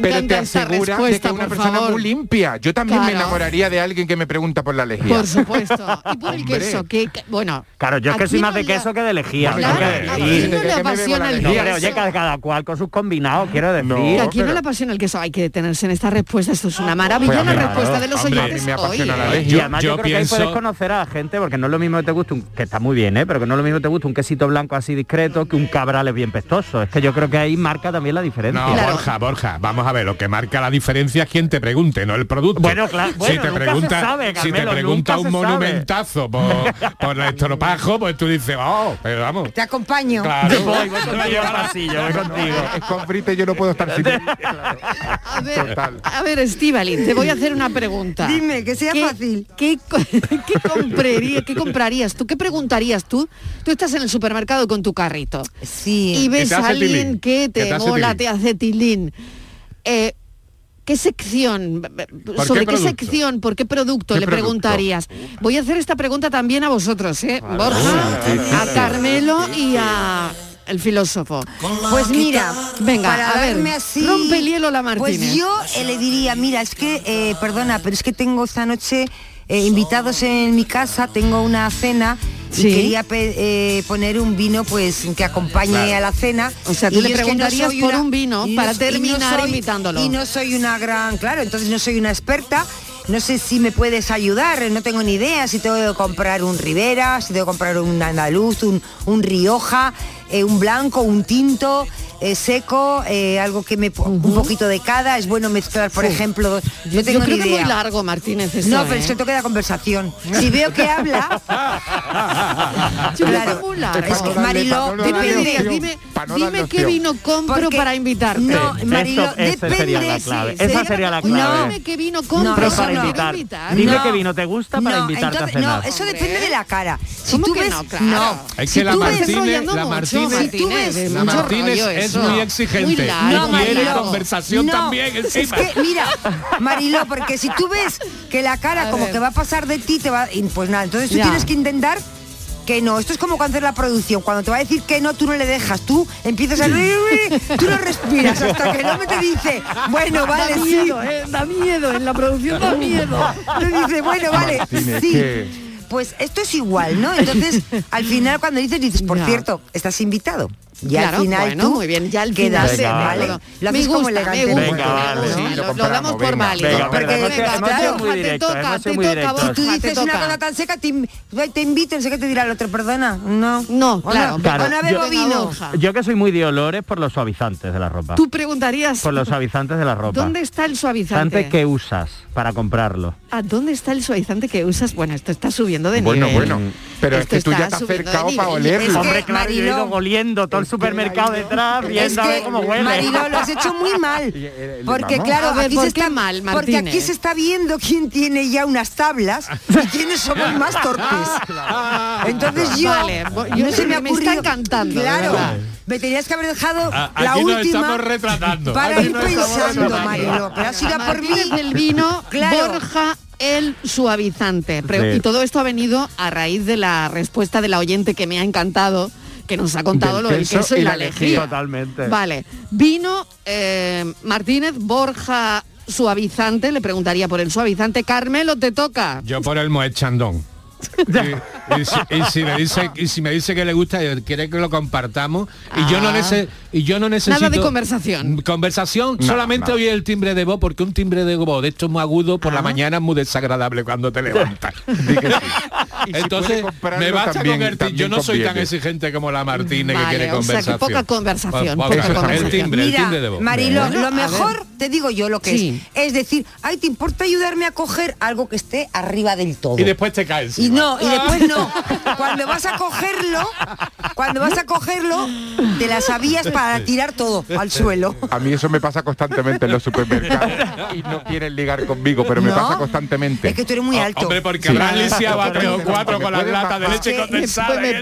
Speaker 12: pero te asegura de que es una persona muy limpia. Yo también me
Speaker 10: Claro.
Speaker 12: enamoraría de alguien que me pregunta por la lejía.
Speaker 10: Por
Speaker 12: [LAUGHS]
Speaker 10: supuesto. Y por el queso, que, que- bueno,
Speaker 11: Claro, yo es que
Speaker 10: Aquí
Speaker 11: soy más
Speaker 10: no
Speaker 11: de
Speaker 10: le-
Speaker 11: queso que de
Speaker 12: [LAUGHS]
Speaker 11: lejía.
Speaker 10: Claro,
Speaker 11: ¿no? Que-
Speaker 10: a
Speaker 11: y-
Speaker 10: mí no le apasiona el
Speaker 11: No, pero
Speaker 10: queso.
Speaker 11: oye, cada cada cual con sus combinados, quiero decir. Pues,
Speaker 10: que aquí no le apasiona el queso. Hay que detenerse en esta respuesta. Esto
Speaker 12: Pues
Speaker 10: es una maravilla la respuesta de los oyentes hoy. ¿eh?
Speaker 11: Y además yo, creo que ahí puedes conocer a la gente, porque no es lo mismo que te guste un, que está muy bien, ¿eh? pero que no es lo mismo que te guste un quesito blanco así discreto que un cabrales bien pestoso. Es que yo creo que ahí marca también la diferencia.
Speaker 3: No, ¿eh? Borja, Borja, vamos a ver, lo que marca la diferencia es quien te pregunte, no el producto.
Speaker 11: Bueno, claro,
Speaker 3: si
Speaker 11: bueno,
Speaker 3: te
Speaker 11: nunca
Speaker 3: pregunta,
Speaker 11: se sabe,
Speaker 3: si te
Speaker 11: Carmelo,
Speaker 3: pregunta
Speaker 11: nunca
Speaker 3: un
Speaker 11: se sabe.
Speaker 3: monumentazo por,
Speaker 11: [LAUGHS]
Speaker 3: por el estropajo, pues tú dices, oh, pero vamos.
Speaker 13: Te acompaño.
Speaker 3: Claro. Yo voy,
Speaker 11: voy contigo al pasillo, voy contigo.
Speaker 12: Es con Brite yo no puedo estar
Speaker 11: [LAUGHS]
Speaker 12: sin él.
Speaker 10: A ver, a ver, Estivali, te voy a hacer una pregunta. [LAUGHS] Dime, que sea fácil. ¿qué, co- [LAUGHS] qué compraría- qué comprarías tú? ¿Qué preguntarías tú? Tú estás en el supermercado con tu carrito.
Speaker 13: Sí.
Speaker 10: Y
Speaker 13: Que
Speaker 10: ves
Speaker 13: te
Speaker 10: a
Speaker 13: hace
Speaker 10: alguien
Speaker 13: tilín,
Speaker 10: que te,
Speaker 13: que te hace
Speaker 10: mola,
Speaker 13: tilín.
Speaker 10: te hace tilín. Eh, ¿Qué sección,
Speaker 13: qué
Speaker 10: sobre qué,
Speaker 13: producto?
Speaker 10: sección, por qué producto
Speaker 13: ¿Qué
Speaker 10: le
Speaker 13: producto?
Speaker 10: preguntarías? Voy a hacer esta pregunta también a vosotros, ¿eh? Borja,
Speaker 13: Ah,
Speaker 10: a Carmelo y a el filósofo.
Speaker 13: Pues mira,
Speaker 10: venga,
Speaker 13: para
Speaker 10: a ver,
Speaker 13: darme así,
Speaker 10: rompe el hielo la Martínez.
Speaker 13: Pues yo eh, le diría, mira, es que, eh, perdona, pero es que tengo esta noche eh, invitados en mi casa, tengo una cena.
Speaker 10: Sí.
Speaker 13: Y quería pe- eh, poner un vino pues que acompañe
Speaker 10: Claro.
Speaker 13: a la cena.
Speaker 10: O sea, tú
Speaker 13: Y
Speaker 10: le
Speaker 13: yo es que no
Speaker 10: preguntarías
Speaker 13: soy
Speaker 10: por un vino
Speaker 13: y
Speaker 10: para
Speaker 13: y
Speaker 10: terminar
Speaker 13: soy-
Speaker 10: invitándolo.
Speaker 13: Y no soy una gran, claro, entonces no soy una experta. No sé si me puedes ayudar, no tengo ni idea si tengo que comprar un Ribera, si tengo que comprar un andaluz, un, un Rioja, eh, un blanco, un tinto eh, seco, eh, algo que me po- un poquito de cada, es bueno mezclar, por
Speaker 10: Uf.
Speaker 13: ejemplo,
Speaker 10: Yo
Speaker 13: no
Speaker 10: creo
Speaker 13: tengo ni
Speaker 10: que es muy
Speaker 13: idea.
Speaker 10: largo, Martínez. esto,
Speaker 13: no, pero
Speaker 10: ¿eh?
Speaker 13: es que toca la conversación. Si veo
Speaker 10: [LAUGHS]
Speaker 13: que habla,
Speaker 10: Yo creo que
Speaker 13: Claro.
Speaker 10: es muy largo.
Speaker 13: Es que, Mariló,
Speaker 10: dime,
Speaker 13: depende-
Speaker 10: dime, dime, dime qué vino compro
Speaker 13: Porque-
Speaker 10: para invitarte.
Speaker 13: No,
Speaker 11: Sí,
Speaker 13: Mariló,
Speaker 11: esto- esa sería la
Speaker 13: depende,
Speaker 11: clave.
Speaker 13: sí,
Speaker 11: Esa sería la clave.
Speaker 13: No,
Speaker 10: Dime qué vino compro
Speaker 13: No, eso
Speaker 11: para
Speaker 13: no.
Speaker 11: invitar.
Speaker 13: Invitar.
Speaker 11: Dime
Speaker 13: No.
Speaker 11: qué vino te gusta para
Speaker 13: no,
Speaker 11: invitarte
Speaker 13: entonces-
Speaker 11: a cenar.
Speaker 13: no, eso depende de la cara. Si
Speaker 10: ¿Cómo
Speaker 13: tú
Speaker 10: que
Speaker 13: ves,
Speaker 10: no? Claro.
Speaker 3: Es que la
Speaker 13: tú ves-
Speaker 3: Martínez, la Martínez,
Speaker 13: Si tú ves-
Speaker 3: la Martínez es muy exigente.
Speaker 13: No,
Speaker 3: no quiere
Speaker 13: Mariló.
Speaker 3: conversación
Speaker 13: No,
Speaker 3: también
Speaker 13: Es
Speaker 3: encima.
Speaker 13: que, mira, Mariló, porque si tú ves que la cara como que va a pasar de ti, te va, y pues nada, entonces tú Ya. tienes que intentar que no. Esto es como cuando haces la producción. Cuando te va a decir que no, tú no le dejas. Tú empiezas a... [LAUGHS] Tú no respiras hasta que el hombre te dice, bueno, vale,
Speaker 10: da
Speaker 13: sí.
Speaker 10: miedo, eh, da miedo, en la producción da [LAUGHS] miedo.
Speaker 13: Te dice, bueno, vale,
Speaker 12: Martínez,
Speaker 13: sí.
Speaker 12: ¿qué?
Speaker 13: Pues esto es igual, ¿no?
Speaker 10: [LAUGHS]
Speaker 13: Entonces, al final cuando dices, dices, por
Speaker 10: Ya.
Speaker 13: cierto, estás invitado. Y
Speaker 10: Claro,
Speaker 13: al final
Speaker 10: bueno,
Speaker 13: tú
Speaker 10: muy bien, ya al
Speaker 13: quedas,
Speaker 10: final se-
Speaker 13: ¿vale?
Speaker 10: Venga,
Speaker 13: Lo
Speaker 10: me
Speaker 13: haces como
Speaker 10: gusta, me
Speaker 13: elegante.
Speaker 10: gusta,
Speaker 13: Bueno,
Speaker 10: Venga, vale,
Speaker 13: bueno,
Speaker 10: sí, lo
Speaker 13: bueno, lo
Speaker 10: compramos
Speaker 13: damos
Speaker 10: por válido.
Speaker 13: válido.
Speaker 10: Porque,
Speaker 13: Porque,
Speaker 10: venga,
Speaker 13: venga,
Speaker 10: claro,
Speaker 13: claro.
Speaker 10: te toca, te toca,
Speaker 13: Si tú
Speaker 10: Borja, te
Speaker 13: dices una
Speaker 10: toca.
Speaker 13: cosa tan seca, te, in- te invito, no sé qué te dirá el otro, perdona, no.
Speaker 10: No,
Speaker 13: claro.
Speaker 11: Claro,
Speaker 13: O no bebo
Speaker 10: Venga,
Speaker 13: vino.
Speaker 10: Borja.
Speaker 11: Yo que soy muy de olores por los suavizantes de la ropa.
Speaker 10: Tú preguntarías,
Speaker 11: Por los suavizantes de la ropa.
Speaker 10: ¿dónde está el suavizante? Ah,
Speaker 11: Suavizante que usas para comprarlo.
Speaker 13: Eh,
Speaker 10: ¿A dónde está el suavizante que usas? Bueno, esto está subiendo de nivel.
Speaker 12: Pero es
Speaker 10: Esto
Speaker 12: que tú ya
Speaker 10: está
Speaker 12: estás
Speaker 10: subiendo de
Speaker 12: cercado
Speaker 10: nivel. Es
Speaker 12: para olerlo.
Speaker 10: que, Hombre, claro, yo he ido Mariló,
Speaker 11: oliendo todo el supermercado detrás, viendo a ver cómo huele. Ah,
Speaker 13: Mariló, lo has hecho [LAUGHS] muy
Speaker 11: [LAUGHS]
Speaker 13: mal. Porque
Speaker 10: Vamos.
Speaker 13: claro,
Speaker 10: A ver,
Speaker 13: aquí
Speaker 10: ¿por
Speaker 13: se
Speaker 10: qué
Speaker 13: está
Speaker 10: mal,
Speaker 13: porque aquí
Speaker 10: Martínez?
Speaker 13: se está viendo quién tiene ya unas
Speaker 11: [LAUGHS]
Speaker 13: tablas y quiénes somos más
Speaker 10: [LAUGHS]
Speaker 13: torpes. Entonces yo,
Speaker 10: Vale, bo- yo
Speaker 13: no se me ha
Speaker 10: me está
Speaker 13: ocurrido.
Speaker 10: encantando, de
Speaker 13: Claro,
Speaker 10: verdad.
Speaker 13: me tenías que haber dejado
Speaker 3: A-
Speaker 13: la
Speaker 3: aquí nos
Speaker 13: última.
Speaker 3: estamos retratando.
Speaker 13: Para
Speaker 3: Aquí
Speaker 13: ir
Speaker 3: nos estamos
Speaker 13: pensando,
Speaker 3: retratando.
Speaker 13: Mariló, pero ha sido a por mí.
Speaker 10: Martínez [LAUGHS] del vino,
Speaker 13: Claro.
Speaker 10: Borja el suavizante. Pre-
Speaker 13: Sí.
Speaker 10: Y todo esto ha venido a raíz de la respuesta de la oyente que me ha encantado, que nos ha contado
Speaker 11: Del
Speaker 10: lo del
Speaker 11: queso
Speaker 10: queso y, la lejía.
Speaker 11: Totalmente.
Speaker 10: Vale, vino eh, Martínez, Borja suavizante, le preguntaría por el suavizante. Carmelo, te toca.
Speaker 3: Yo por el Moet Chandon. y, y si, y si me dice, y si me dice que le gusta, yo- quiere que lo compartamos. Y yo no
Speaker 10: Ah.
Speaker 3: nece- y yo no necesito.
Speaker 10: Nada de conversación.
Speaker 3: Mm, Conversación,
Speaker 10: No,
Speaker 3: solamente
Speaker 10: no.
Speaker 3: oye el timbre de voz, porque un timbre de voz de estos muy agudo por la mañana es muy desagradable cuando
Speaker 12: [LAUGHS]
Speaker 3: te levantas. Entonces, comprarlo, me basta también- con el timbre. Yo también no soy tan conviene. exigente como la Martínez
Speaker 10: Vale,
Speaker 3: que quiere
Speaker 10: o sea, que
Speaker 3: conversación.
Speaker 10: poca conversación,
Speaker 3: Po-
Speaker 10: poca
Speaker 3: poca-
Speaker 10: conversación.
Speaker 3: El timbre, el
Speaker 13: Mira,
Speaker 3: timbre de voz.
Speaker 13: Mariló,
Speaker 3: Bueno.
Speaker 13: lo mejor, te digo yo lo que
Speaker 3: Sí.
Speaker 13: es, es decir, ay, ¿te importa ayudarme a coger algo que esté arriba del todo?
Speaker 3: Y después te caes.
Speaker 13: Y no, y después no. Cuando vas a cogerlo, cuando vas a cogerlo, te las habías para tirar todo al suelo.
Speaker 12: A mí eso me pasa constantemente en los supermercados y no quieren ligar conmigo, pero me
Speaker 13: No.
Speaker 12: pasa constantemente.
Speaker 13: Es que tú eres muy alto.
Speaker 3: Oh, Hombre, porque habrás lisiado a tres o cuatro con las latas de
Speaker 10: Pues Eh,
Speaker 3: leche condensada. ¿eh? y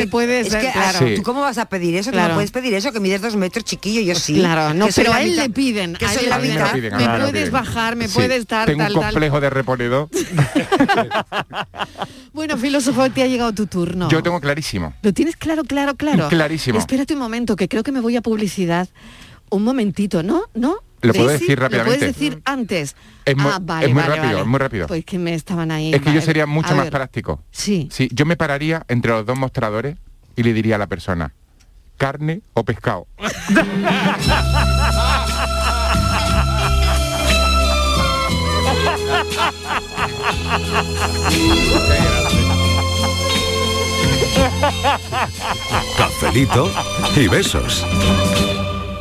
Speaker 3: eso.
Speaker 13: Es que,
Speaker 10: claro.
Speaker 13: ¿Tú cómo vas a pedir eso? ¿Tú
Speaker 10: Claro. Pues
Speaker 13: no puedes pedir eso? Que mides dos metros, chiquillo, yo sí.
Speaker 10: Claro, no,
Speaker 13: Que soy
Speaker 10: pero
Speaker 13: la
Speaker 10: a él
Speaker 13: mitad-
Speaker 10: le piden.
Speaker 13: Que
Speaker 10: a
Speaker 13: soy
Speaker 10: él
Speaker 13: la
Speaker 10: le piden.
Speaker 13: mitad.
Speaker 12: piden, a
Speaker 10: me
Speaker 12: mí me lo
Speaker 10: puedes
Speaker 12: piden.
Speaker 10: bajar, me
Speaker 12: Sí,
Speaker 10: puedes dar
Speaker 12: Tengo
Speaker 10: tal,
Speaker 12: un
Speaker 10: tal.
Speaker 12: complejo de reponedor.
Speaker 10: Bueno, filósofo, te ha llegado tu turno.
Speaker 12: Yo tengo clarísimo.
Speaker 10: Lo tienes claro, claro, claro.
Speaker 12: Clarísimo.
Speaker 10: Espérate un momento, que creo que me voy a publicidad. Un momentito, ¿no? ¿No?
Speaker 12: Lo puedo
Speaker 10: ¿Sí?
Speaker 12: decir
Speaker 10: Lo
Speaker 12: rápidamente.
Speaker 10: puedes decir antes.
Speaker 12: Es muy-
Speaker 10: ah, vale,
Speaker 12: es muy
Speaker 10: vale,
Speaker 12: rápido,
Speaker 10: vale.
Speaker 12: es muy rápido.
Speaker 10: Pues que me estaban ahí.
Speaker 12: Es que yo
Speaker 10: vale.
Speaker 12: sería mucho
Speaker 10: A
Speaker 12: más
Speaker 10: ver,
Speaker 12: práctico.
Speaker 10: Sí.
Speaker 12: Sí, yo me pararía entre los dos mostradores y le diría a la persona, carne o pescado.
Speaker 23: Cafelito y besos.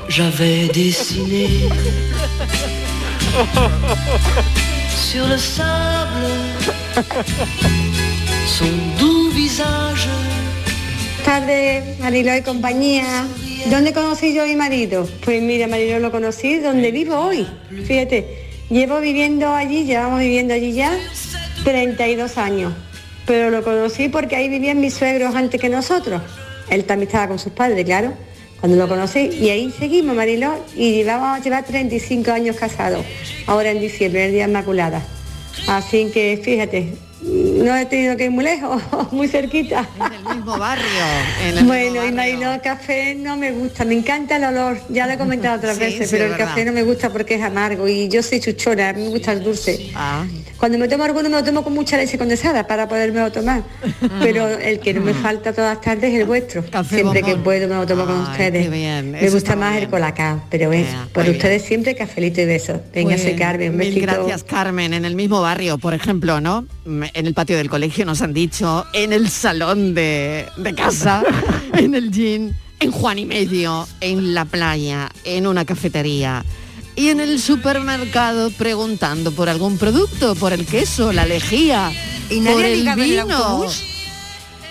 Speaker 28: J'avais dessiné
Speaker 10: [LAUGHS]
Speaker 28: sur le sable son doux visage.
Speaker 22: tardes, Mariló y compañía. ¿Dónde conocí yo a mi marido? Pues mira, Mariló lo conocí donde vivo hoy. Fíjate, llevo viviendo allí, llevamos viviendo allí ya 32 años. Pero lo conocí porque ahí vivían mis suegros antes que nosotros. Él también estaba con sus padres, claro, cuando lo conocí. Y ahí seguimos, Mariló, y llevamos a llevar 35 años casados. Ahora en diciembre, el Día Inmaculada. Así que fíjate, no he tenido que ir muy lejos, [LAUGHS] muy cerquita.
Speaker 10: mismo barrio. en el mismo
Speaker 22: Bueno, y Mariló, café no me gusta, me encanta el olor, ya lo he comentado otras
Speaker 10: Sí,
Speaker 22: veces,
Speaker 10: sí,
Speaker 22: pero
Speaker 10: es
Speaker 22: el café
Speaker 10: verdad.
Speaker 22: no me gusta porque es amargo y yo soy chuchona, a mí me gusta el dulce.
Speaker 10: Ah.
Speaker 22: Cuando me tomo alguno me lo tomo con mucha leche condensada para podérmelo tomar,
Speaker 10: Mm.
Speaker 22: pero el que no me falta todas las tardes es el vuestro. siempre que puedo me lo tomo con ustedes. me gusta más el colacao, pero es por ustedes siempre cafelito y besos. Venga,
Speaker 10: Muy
Speaker 22: soy
Speaker 10: bien.
Speaker 22: Carmen, un
Speaker 10: Mil
Speaker 22: besito.
Speaker 10: gracias, Carmen. En el mismo barrio, por ejemplo, ¿no? Mm, En el patio del colegio nos han dicho, en el salón de, de
Speaker 13: [LAUGHS]
Speaker 10: casa, en el gym, en Juan y Medio, en la playa, en una cafetería y en el supermercado preguntando por algún producto, por el queso, la lejía,
Speaker 13: ¿Y nadie
Speaker 10: por
Speaker 13: ha
Speaker 10: el
Speaker 13: ligado en el
Speaker 10: vino.
Speaker 13: autobús?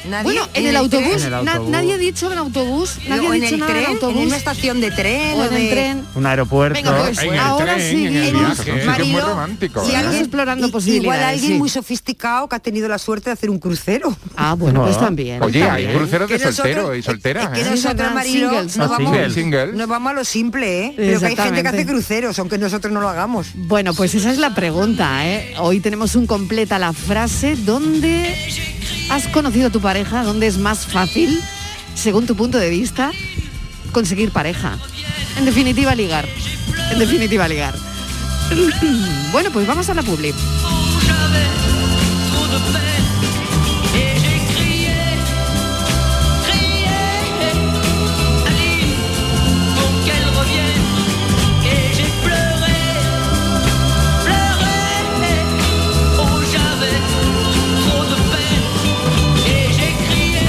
Speaker 13: ¿Nadie?
Speaker 10: Bueno, en, el,
Speaker 13: tren?
Speaker 10: autobús, na- nadie ha dicho en autobús, nadie
Speaker 13: o
Speaker 10: ha
Speaker 13: en
Speaker 10: dicho
Speaker 13: el
Speaker 10: nada en
Speaker 13: tren,
Speaker 10: autobús.
Speaker 13: en una estación de tren
Speaker 10: O
Speaker 13: o
Speaker 10: en el
Speaker 13: de-
Speaker 10: tren.
Speaker 11: Un aeropuerto.
Speaker 13: Venga, pues, En el ahora tren, sí, en el seguimos. viaje. Es muy Mariló, romántico, si ¿eh? alguien-
Speaker 10: explorando
Speaker 13: i-
Speaker 10: posibilidades.
Speaker 13: Igual alguien
Speaker 10: sí.
Speaker 13: muy sofisticado que ha tenido la suerte de hacer un crucero.
Speaker 10: Ah, bueno, pues también.
Speaker 12: Oye, hay
Speaker 13: también.
Speaker 12: cruceros de
Speaker 13: Que nosotros-
Speaker 12: solteros y solteras.
Speaker 13: Que
Speaker 12: ¿eh?
Speaker 13: nosotros, Mariló, nos,
Speaker 12: Ah,
Speaker 13: vamos,
Speaker 12: singles. Singles.
Speaker 13: nos vamos a lo simple, ¿eh? Pero que hay gente que
Speaker 10: Exactamente.
Speaker 13: hace cruceros, aunque nosotros no lo hagamos.
Speaker 10: Bueno, pues esa es la pregunta, ¿eh? Hoy tenemos un completa la frase ¿Dónde has conocido a tu pareja? ¿Dónde es más fácil, según tu punto de vista, conseguir pareja? En definitiva, ligar. En definitiva, ligar. [CLEARS THROAT] Bueno, pues vamos a la publi.
Speaker 28: Trop de peine et j'ai crié, crié, Ali, pour qu'elle revienne. Et j'ai pleuré, pleuré, oh j'avais trop de peine. Et j'ai crié,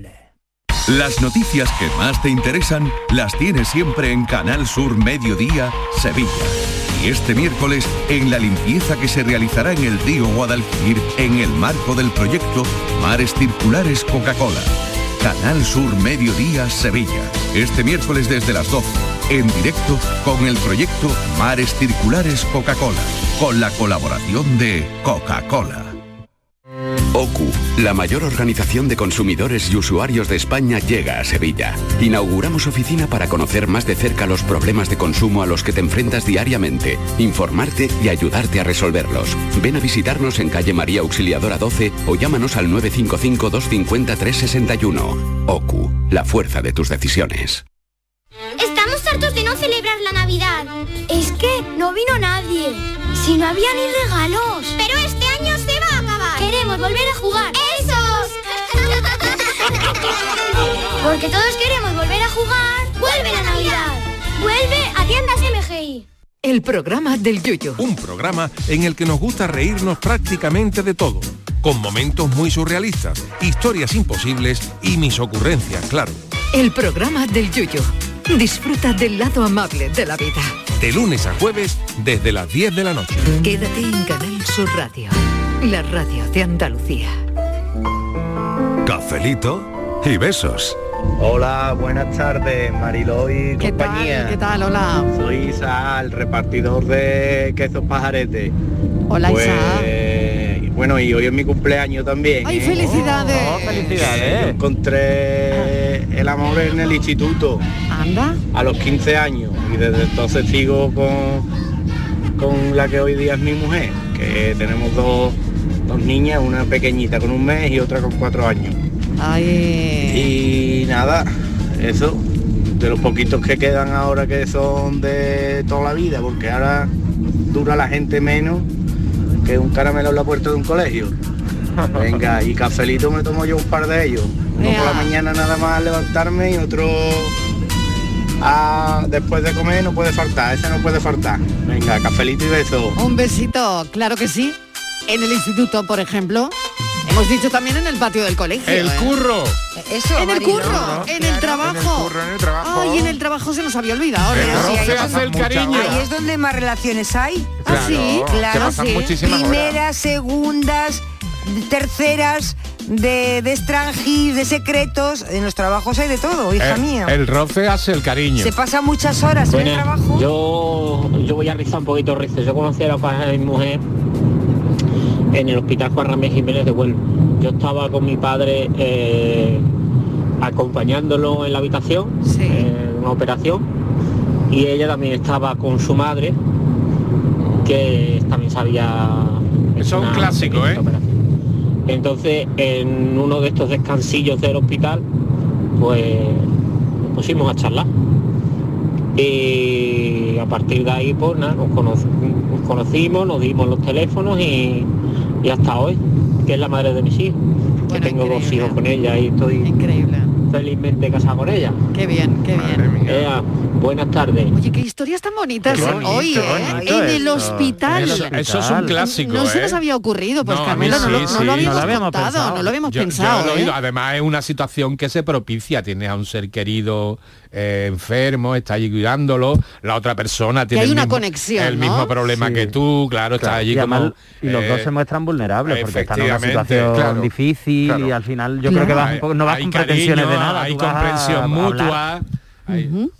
Speaker 29: Las noticias que más te interesan las tienes siempre en Canal Sur Mediodía, Sevilla. Y este miércoles, en la limpieza que se realizará en el río Guadalquivir en el marco del proyecto Mares Circulares Coca-Cola. Canal Sur Mediodía, Sevilla. Este miércoles desde las 12, en directo con el proyecto Mares Circulares Coca-Cola, con la colaboración de Coca-Cola.
Speaker 30: OCU, la mayor organización de consumidores y usuarios de España, llega a Sevilla. Inauguramos oficina para conocer más de cerca los problemas de consumo a los que te enfrentas diariamente, informarte y ayudarte a resolverlos. Ven a visitarnos en calle María Auxiliadora 12 o llámanos al 955-250-361. OCU, la fuerza de tus decisiones.
Speaker 9: Estamos hartos de no celebrar la Navidad. Es que no vino nadie. Si no había ni regalos. Pero este año se va a acabar. Queremos volver a jugar. ¡Esos! Porque todos queremos volver a jugar. ¡Vuelve la Navidad! ¡Vuelve a tiendas MGI!
Speaker 16: El programa del Yuyo.
Speaker 3: Un programa en el que nos gusta reírnos prácticamente de todo, con momentos muy surrealistas, historias imposibles y mis ocurrencias, claro.
Speaker 16: El programa del Yuyo. Disfruta del lado amable de la vida.
Speaker 3: De lunes a jueves desde las 10 de la noche.
Speaker 16: Quédate en Canal Sur Radio, la radio de Andalucía.
Speaker 29: Cafelito y besos.
Speaker 31: Hola, buenas tardes, Mariló y
Speaker 10: ¿Qué
Speaker 31: compañía.
Speaker 10: tal? ¿Qué tal? Hola.
Speaker 31: Soy Isa, el repartidor de quesos pajarete.
Speaker 10: Hola,
Speaker 31: Pues,
Speaker 10: Isa.
Speaker 31: y Bueno, y hoy es mi cumpleaños también.
Speaker 10: ¡Ay,
Speaker 31: ¿eh?
Speaker 10: felicidades!
Speaker 31: Yo encontré el amor en el instituto.
Speaker 10: Anda.
Speaker 31: a los 15 años y desde entonces sigo con, con la que hoy día es mi mujer, que tenemos dos, dos niñas, una pequeñita con un mes y otra con cuatro años. Y nada, eso, de los poquitos que quedan ahora que son de toda la vida, porque ahora dura la gente menos que un caramelo en la puerta de un colegio. Venga, y cafelito me tomo yo un par de ellos. Uno por la mañana nada más al levantarme y otro ah, después de comer no puede faltar, ese no puede faltar. Venga, cafelito y beso.
Speaker 10: Un besito, claro que sí. En el instituto, por ejemplo. Hemos dicho también en el patio del colegio.
Speaker 3: El
Speaker 10: ¿eh?
Speaker 3: curro.
Speaker 10: Eso, en el
Speaker 3: Marilo.
Speaker 10: curro,
Speaker 3: Claro,
Speaker 10: en el trabajo. Ay, en el trabajo se nos había olvidado. ¿eh?
Speaker 13: Pero
Speaker 10: Sí,
Speaker 13: sí,
Speaker 10: ahí
Speaker 13: ahí
Speaker 10: pasa-
Speaker 13: pasan muchas horas. Ahí es donde más relaciones hay.
Speaker 10: Ah, sí,
Speaker 13: Claro,
Speaker 10: Claro, se pasan sí. muchísimas horas.
Speaker 13: Primeras, segundas, terceras, de, de extranjis, de secretos. En los trabajos hay de todo,
Speaker 10: Eh,
Speaker 13: hija
Speaker 3: El,
Speaker 13: mía.
Speaker 3: el roce hace el cariño.
Speaker 13: Se pasa muchas horas en el
Speaker 14: Buenas.
Speaker 13: trabajo.
Speaker 14: Yo, yo voy a rizar un poquito rizo. Yo conocí a la pareja de mi mujer en el hospital Juan Ramírez Jiménez de Huelva. Yo estaba con mi padre eh, acompañándolo en la habitación, en una operación, y ella también estaba con su madre, que también sabía...
Speaker 3: Eso es un clásico, ¿eh?
Speaker 14: Entonces, en uno de estos descansillos del hospital, pues nos pusimos a charlar. Y a partir de ahí, pues nada, nos, cono- nos conocimos, nos dimos los teléfonos y, y hasta hoy, que es la madre de mis hijos. que tengo dos hijos con ella y estoy felizmente casado con ella.
Speaker 10: Qué bien, qué
Speaker 14: bien. buenas tardes.
Speaker 10: Oye, qué historias tan bonitas
Speaker 14: Qué
Speaker 10: ¿eh?
Speaker 14: bonito,
Speaker 10: hoy, ¿eh?
Speaker 14: bonito
Speaker 10: en el
Speaker 14: eso.
Speaker 10: hospital.
Speaker 14: Eso- eso es un clásico,
Speaker 10: No se nos
Speaker 3: ¿eh?
Speaker 10: había ocurrido, pues
Speaker 3: No, a mí
Speaker 10: Carmelo, no, lo-
Speaker 3: sí,
Speaker 10: no
Speaker 3: sí.
Speaker 10: lo habíamos, contado, no lo habíamos
Speaker 3: Yo- yo
Speaker 10: pensado.
Speaker 3: lo he
Speaker 10: ¿eh?
Speaker 3: oído. Además es una situación que se propicia, tienes a un ser querido eh, enfermo, está allí cuidándolo, la otra persona tiene
Speaker 10: hay
Speaker 3: el
Speaker 10: una
Speaker 3: mismo-
Speaker 10: conexión,
Speaker 3: el
Speaker 10: ¿no?
Speaker 3: mismo problema que tú, claro, está
Speaker 11: Claro,
Speaker 3: allí
Speaker 11: y,
Speaker 3: como
Speaker 11: además- y los dos
Speaker 3: eh,
Speaker 11: se muestran vulnerables porque están en una
Speaker 3: efectivamente,
Speaker 11: situación
Speaker 3: claro,
Speaker 11: difícil y al final yo creo que vas un poco, no vas
Speaker 3: Hay
Speaker 11: con pretensiones de
Speaker 3: cariño,
Speaker 11: nada.
Speaker 3: hay
Speaker 11: tú vas a
Speaker 3: comprensión
Speaker 11: hablar.
Speaker 3: mutua.
Speaker 10: Ujú.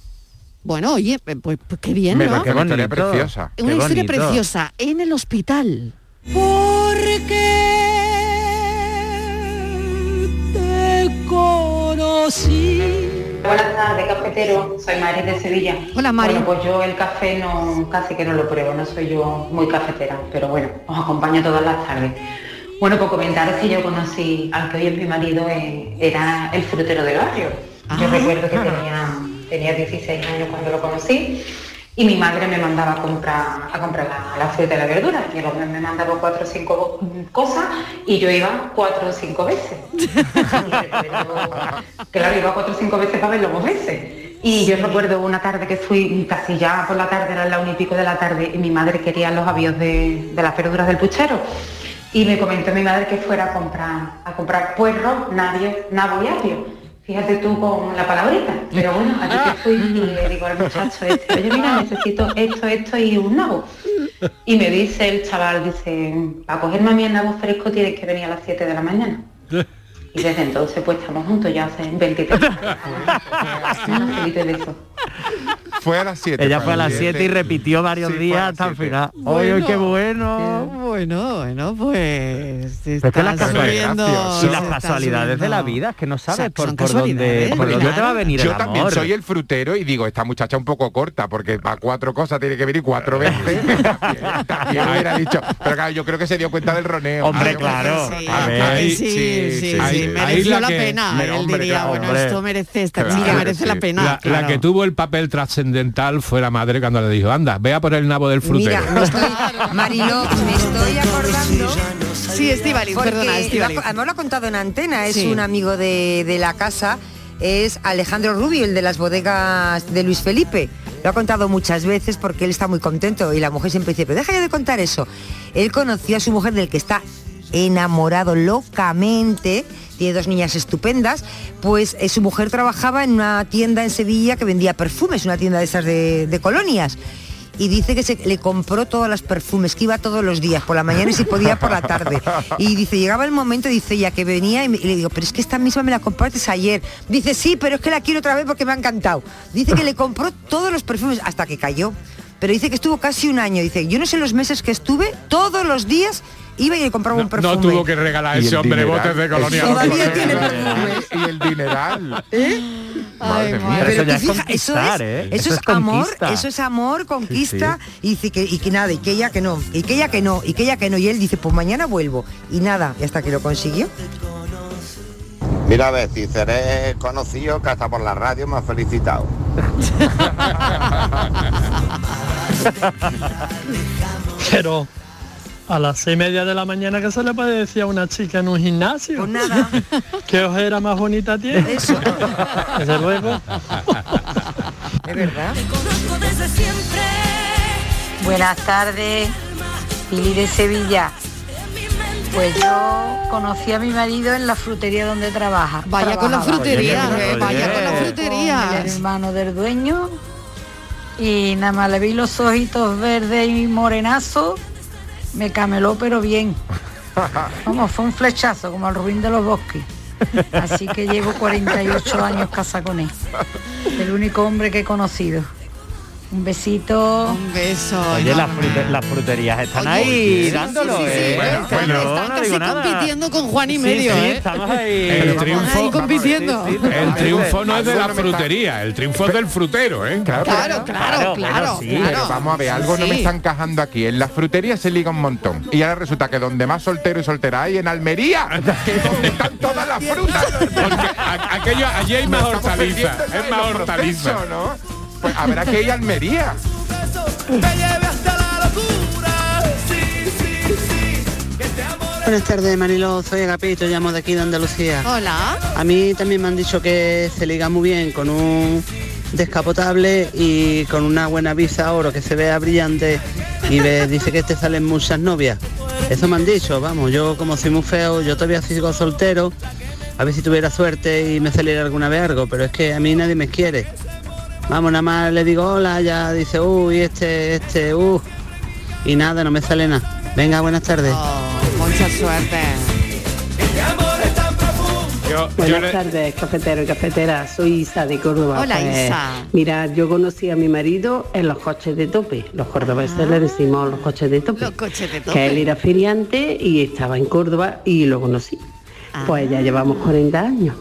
Speaker 10: Bueno, oye, pues, pues qué bien,
Speaker 3: Me
Speaker 10: ¿no?
Speaker 3: parece una historia Qué bonito. preciosa.
Speaker 10: Una
Speaker 3: Qué
Speaker 10: historia
Speaker 3: bonito.
Speaker 10: preciosa en el hospital.
Speaker 28: Porque te conocí.
Speaker 15: Buenas tardes, cafetero. Soy Mari de Sevilla.
Speaker 10: Hola, Mari.
Speaker 15: Bueno, pues yo el café no, casi que no lo pruebo, no soy yo muy cafetera, pero bueno, os acompaño todas las tardes. Bueno, pues comentaros que yo conocí al que hoy es mi marido, eh, era el
Speaker 10: Ah.
Speaker 15: frutero del barrio. Yo recuerdo que tenía, tenía 16 años cuando lo conocí Y mi madre me mandaba a comprar, a comprar la, la fruta y la verdura. Y el hombre me mandaba cuatro o cinco bo- cosas y yo iba cuatro o cinco veces. Claro, iba cuatro o cinco veces para verlo dos veces. Y yo recuerdo una tarde que fui casi ya por la tarde, era la una y pico de la tarde, y mi madre quería los avíos de, de las verduras del puchero. Y me comentó mi madre que fuera a comprar, a comprar puerro, nadio, nabo y apio. Fíjate tú con la palabrita. Pero bueno, allí que fui y le digo al muchacho este, oye mira, necesito esto, esto y un nabo. Y me dice el chaval, dice, para cogerme a mí el nabo fresco tienes que venir a las 7 de la mañana. Y desde entonces pues estamos juntos ya hace 23 años.
Speaker 13: [LAUGHS]
Speaker 15: Un filito de eso.
Speaker 12: Fue a las 7.
Speaker 11: Ella fue a las 7 y repitió varios días hasta el final. ¡Oye, oye, qué bueno!
Speaker 10: Bueno, bueno, pues. se
Speaker 11: Pero es que
Speaker 10: está
Speaker 11: las casualidades,
Speaker 10: subiendo-
Speaker 11: y las
Speaker 10: se está
Speaker 11: casualidades de la
Speaker 10: subiendo.
Speaker 11: vida, es que no sabes
Speaker 10: Son
Speaker 11: por, por
Speaker 10: casualidades, ¿eh?
Speaker 11: dónde, por dónde
Speaker 10: claro.
Speaker 11: te va a venir
Speaker 12: Yo
Speaker 11: el
Speaker 12: también
Speaker 11: amor.
Speaker 12: soy el frutero y digo, esta muchacha un poco corta, porque para cuatro cosas tiene que venir cuatro
Speaker 11: [LAUGHS]
Speaker 12: veces. también, también hubiera dicho. Pero claro, yo creo que se dio cuenta del roneo.
Speaker 11: Hombre,
Speaker 12: Ah,
Speaker 11: claro.
Speaker 12: sí.
Speaker 10: A ver, sí, sí, sí,
Speaker 12: ahí-
Speaker 10: mereció
Speaker 12: ahí
Speaker 10: la
Speaker 12: que-
Speaker 10: pena.
Speaker 12: Pero,
Speaker 10: Él
Speaker 12: hombre,
Speaker 10: diría,
Speaker 12: claro,
Speaker 10: bueno,
Speaker 12: hombre.
Speaker 10: esto merece, esta
Speaker 12: Claro
Speaker 10: chica
Speaker 12: que
Speaker 10: merece la
Speaker 12: sí.
Speaker 10: pena.
Speaker 12: La-
Speaker 10: claro.
Speaker 3: La que tuvo el papel trascendental fue la madre cuando le dijo, anda, ve a por el nabo del frutero.
Speaker 13: Mira, me estoy, Mariló, me estoy acordando.
Speaker 10: Sí, Estíbaliz,
Speaker 13: porque
Speaker 10: perdona,
Speaker 13: lo ha-
Speaker 10: Estíbaliz.
Speaker 13: Además lo ha contado en antena, es
Speaker 10: Sí.
Speaker 13: un amigo de, de la casa, es Alejandro Rubio, el de las bodegas de Luis Felipe. Lo ha contado muchas veces porque él está muy contento y la mujer siempre dice, pero deja ya de contar eso. Él conoció a su mujer del que está enamorado locamente, tiene dos niñas estupendas, pues eh, su mujer trabajaba en una tienda en Sevilla que vendía perfumes, una tienda de esas de- de colonias y dice que se le compró todos los perfumes, que iba todos los días, por la mañana y si podía por la tarde. Y dice, llegaba el momento, dice ya que venía y, me- y le digo, pero es que esta misma me la compartes ayer. Dice, sí, pero es que la quiero otra vez porque me ha encantado. Dice que le compró todos los perfumes hasta que cayó. Pero dice que estuvo casi un año. Dice, yo no sé los meses que estuve, todos los días iba y le compraba un perfume.
Speaker 3: No tuvo que regalar a
Speaker 12: Y
Speaker 3: ese
Speaker 12: el
Speaker 3: hombre
Speaker 12: dineral.
Speaker 3: botes de colonia.
Speaker 12: Todavía
Speaker 3: Porque- [LAUGHS]
Speaker 12: tiene perfume. Y el dineral. Madre mía.
Speaker 13: ¿Eh? Pero
Speaker 12: Pero
Speaker 13: tú
Speaker 12: ya es
Speaker 13: fija, eso
Speaker 12: conquistar,
Speaker 13: es-
Speaker 12: ¿eh?
Speaker 13: eso
Speaker 12: Eso
Speaker 13: es
Speaker 12: es
Speaker 13: amor,
Speaker 12: conquista.
Speaker 13: eso es amor, conquista, y dice que, y que nada, y que ella que no, y que ella que no, y que ella que no, y él dice, pues mañana vuelvo, y nada, y hasta que lo consiguió.
Speaker 19: Mira, a ver, si seré conocido que hasta por la radio me ha felicitado.
Speaker 5: Pero a las seis y media de la mañana que se le puede decir a una chica en un gimnasio.
Speaker 11: Pues
Speaker 13: nada.
Speaker 5: ¿Qué ojera más bonita tiene?
Speaker 13: Eso.
Speaker 5: Desde luego.
Speaker 13: Es verdad.
Speaker 32: Buenas tardes, Pili de Sevilla. Pues yo conocí a mi marido en la frutería donde trabaja.
Speaker 10: Vaya con la
Speaker 32: trabajaba.
Speaker 10: frutería, Oye, eh, vaya oye. con la frutería.
Speaker 32: Con El hermano del dueño. Y nada más le vi los ojitos verdes y morenazo. Me cameló pero bien. [LAUGHS] Vamos, fue un flechazo como el ruin de los bosques. Así que llevo 48 años casa con él. El único hombre que he conocido. Un besito. Un beso.
Speaker 11: Oye, las, frute- las fruterías están
Speaker 32: Oye,
Speaker 11: ahí
Speaker 32: sí, sí,
Speaker 11: dándolo,
Speaker 32: sí, sí,
Speaker 11: ¿eh?
Speaker 32: están-
Speaker 11: yo no digo nada.
Speaker 10: compitiendo con Juan y
Speaker 11: Sí,
Speaker 10: medio,
Speaker 11: sí,
Speaker 10: ¿eh?
Speaker 11: estamos ahí.
Speaker 3: El triunfo-
Speaker 10: Ahí compitiendo.
Speaker 3: El triunfo no es de la frutería, el triunfo es del frutero, ¿eh?
Speaker 10: Claro,
Speaker 12: Claro,
Speaker 10: claro,
Speaker 12: sí,
Speaker 10: claro.
Speaker 12: pero vamos a ver, algo no
Speaker 10: Sí.
Speaker 12: me está encajando aquí. En las fruterías se liga un montón. Y ahora resulta que donde más soltero y soltera hay en
Speaker 3: [LAUGHS]
Speaker 12: Almería, que es donde están todas las frutas.
Speaker 3: A- Aquello, allí hay más
Speaker 12: Nos estamos
Speaker 3: hortaliza,
Speaker 12: perdiendo en
Speaker 3: es más
Speaker 12: los
Speaker 3: hortaliza.
Speaker 12: procesos, ¿no? Pues habrá que ir a Almería.
Speaker 33: Buenas tardes, Marilo. Soy Agapito, llamo de aquí de Andalucía.
Speaker 10: Hola.
Speaker 33: A mí también me han dicho que se liga muy bien con un descapotable y con una buena visa oro que se vea brillante y ve- dice que te salen muchas novias. Eso me han dicho, vamos, yo como soy muy feo, yo todavía sigo soltero, a ver si tuviera suerte y me saliera alguna vez algo, pero es que a mí nadie me quiere. Vamos, nada más le digo hola, ya dice, uy, este, este, uh, y nada, no me sale nada. Venga, buenas tardes.
Speaker 10: Oh, Mucha suerte.
Speaker 34: Buenas tardes, cafetero y cafetera. Soy Isa de Córdoba. Pues,
Speaker 10: Hola, Isa.
Speaker 34: Mira, yo conocí a mi marido en los coches de tope. Los cordobeses le decimos los coches de tope. Los
Speaker 10: Ah. coches de tope.
Speaker 34: Que él era feriante y estaba en Córdoba y lo conocí. Pues ya llevamos 40 años.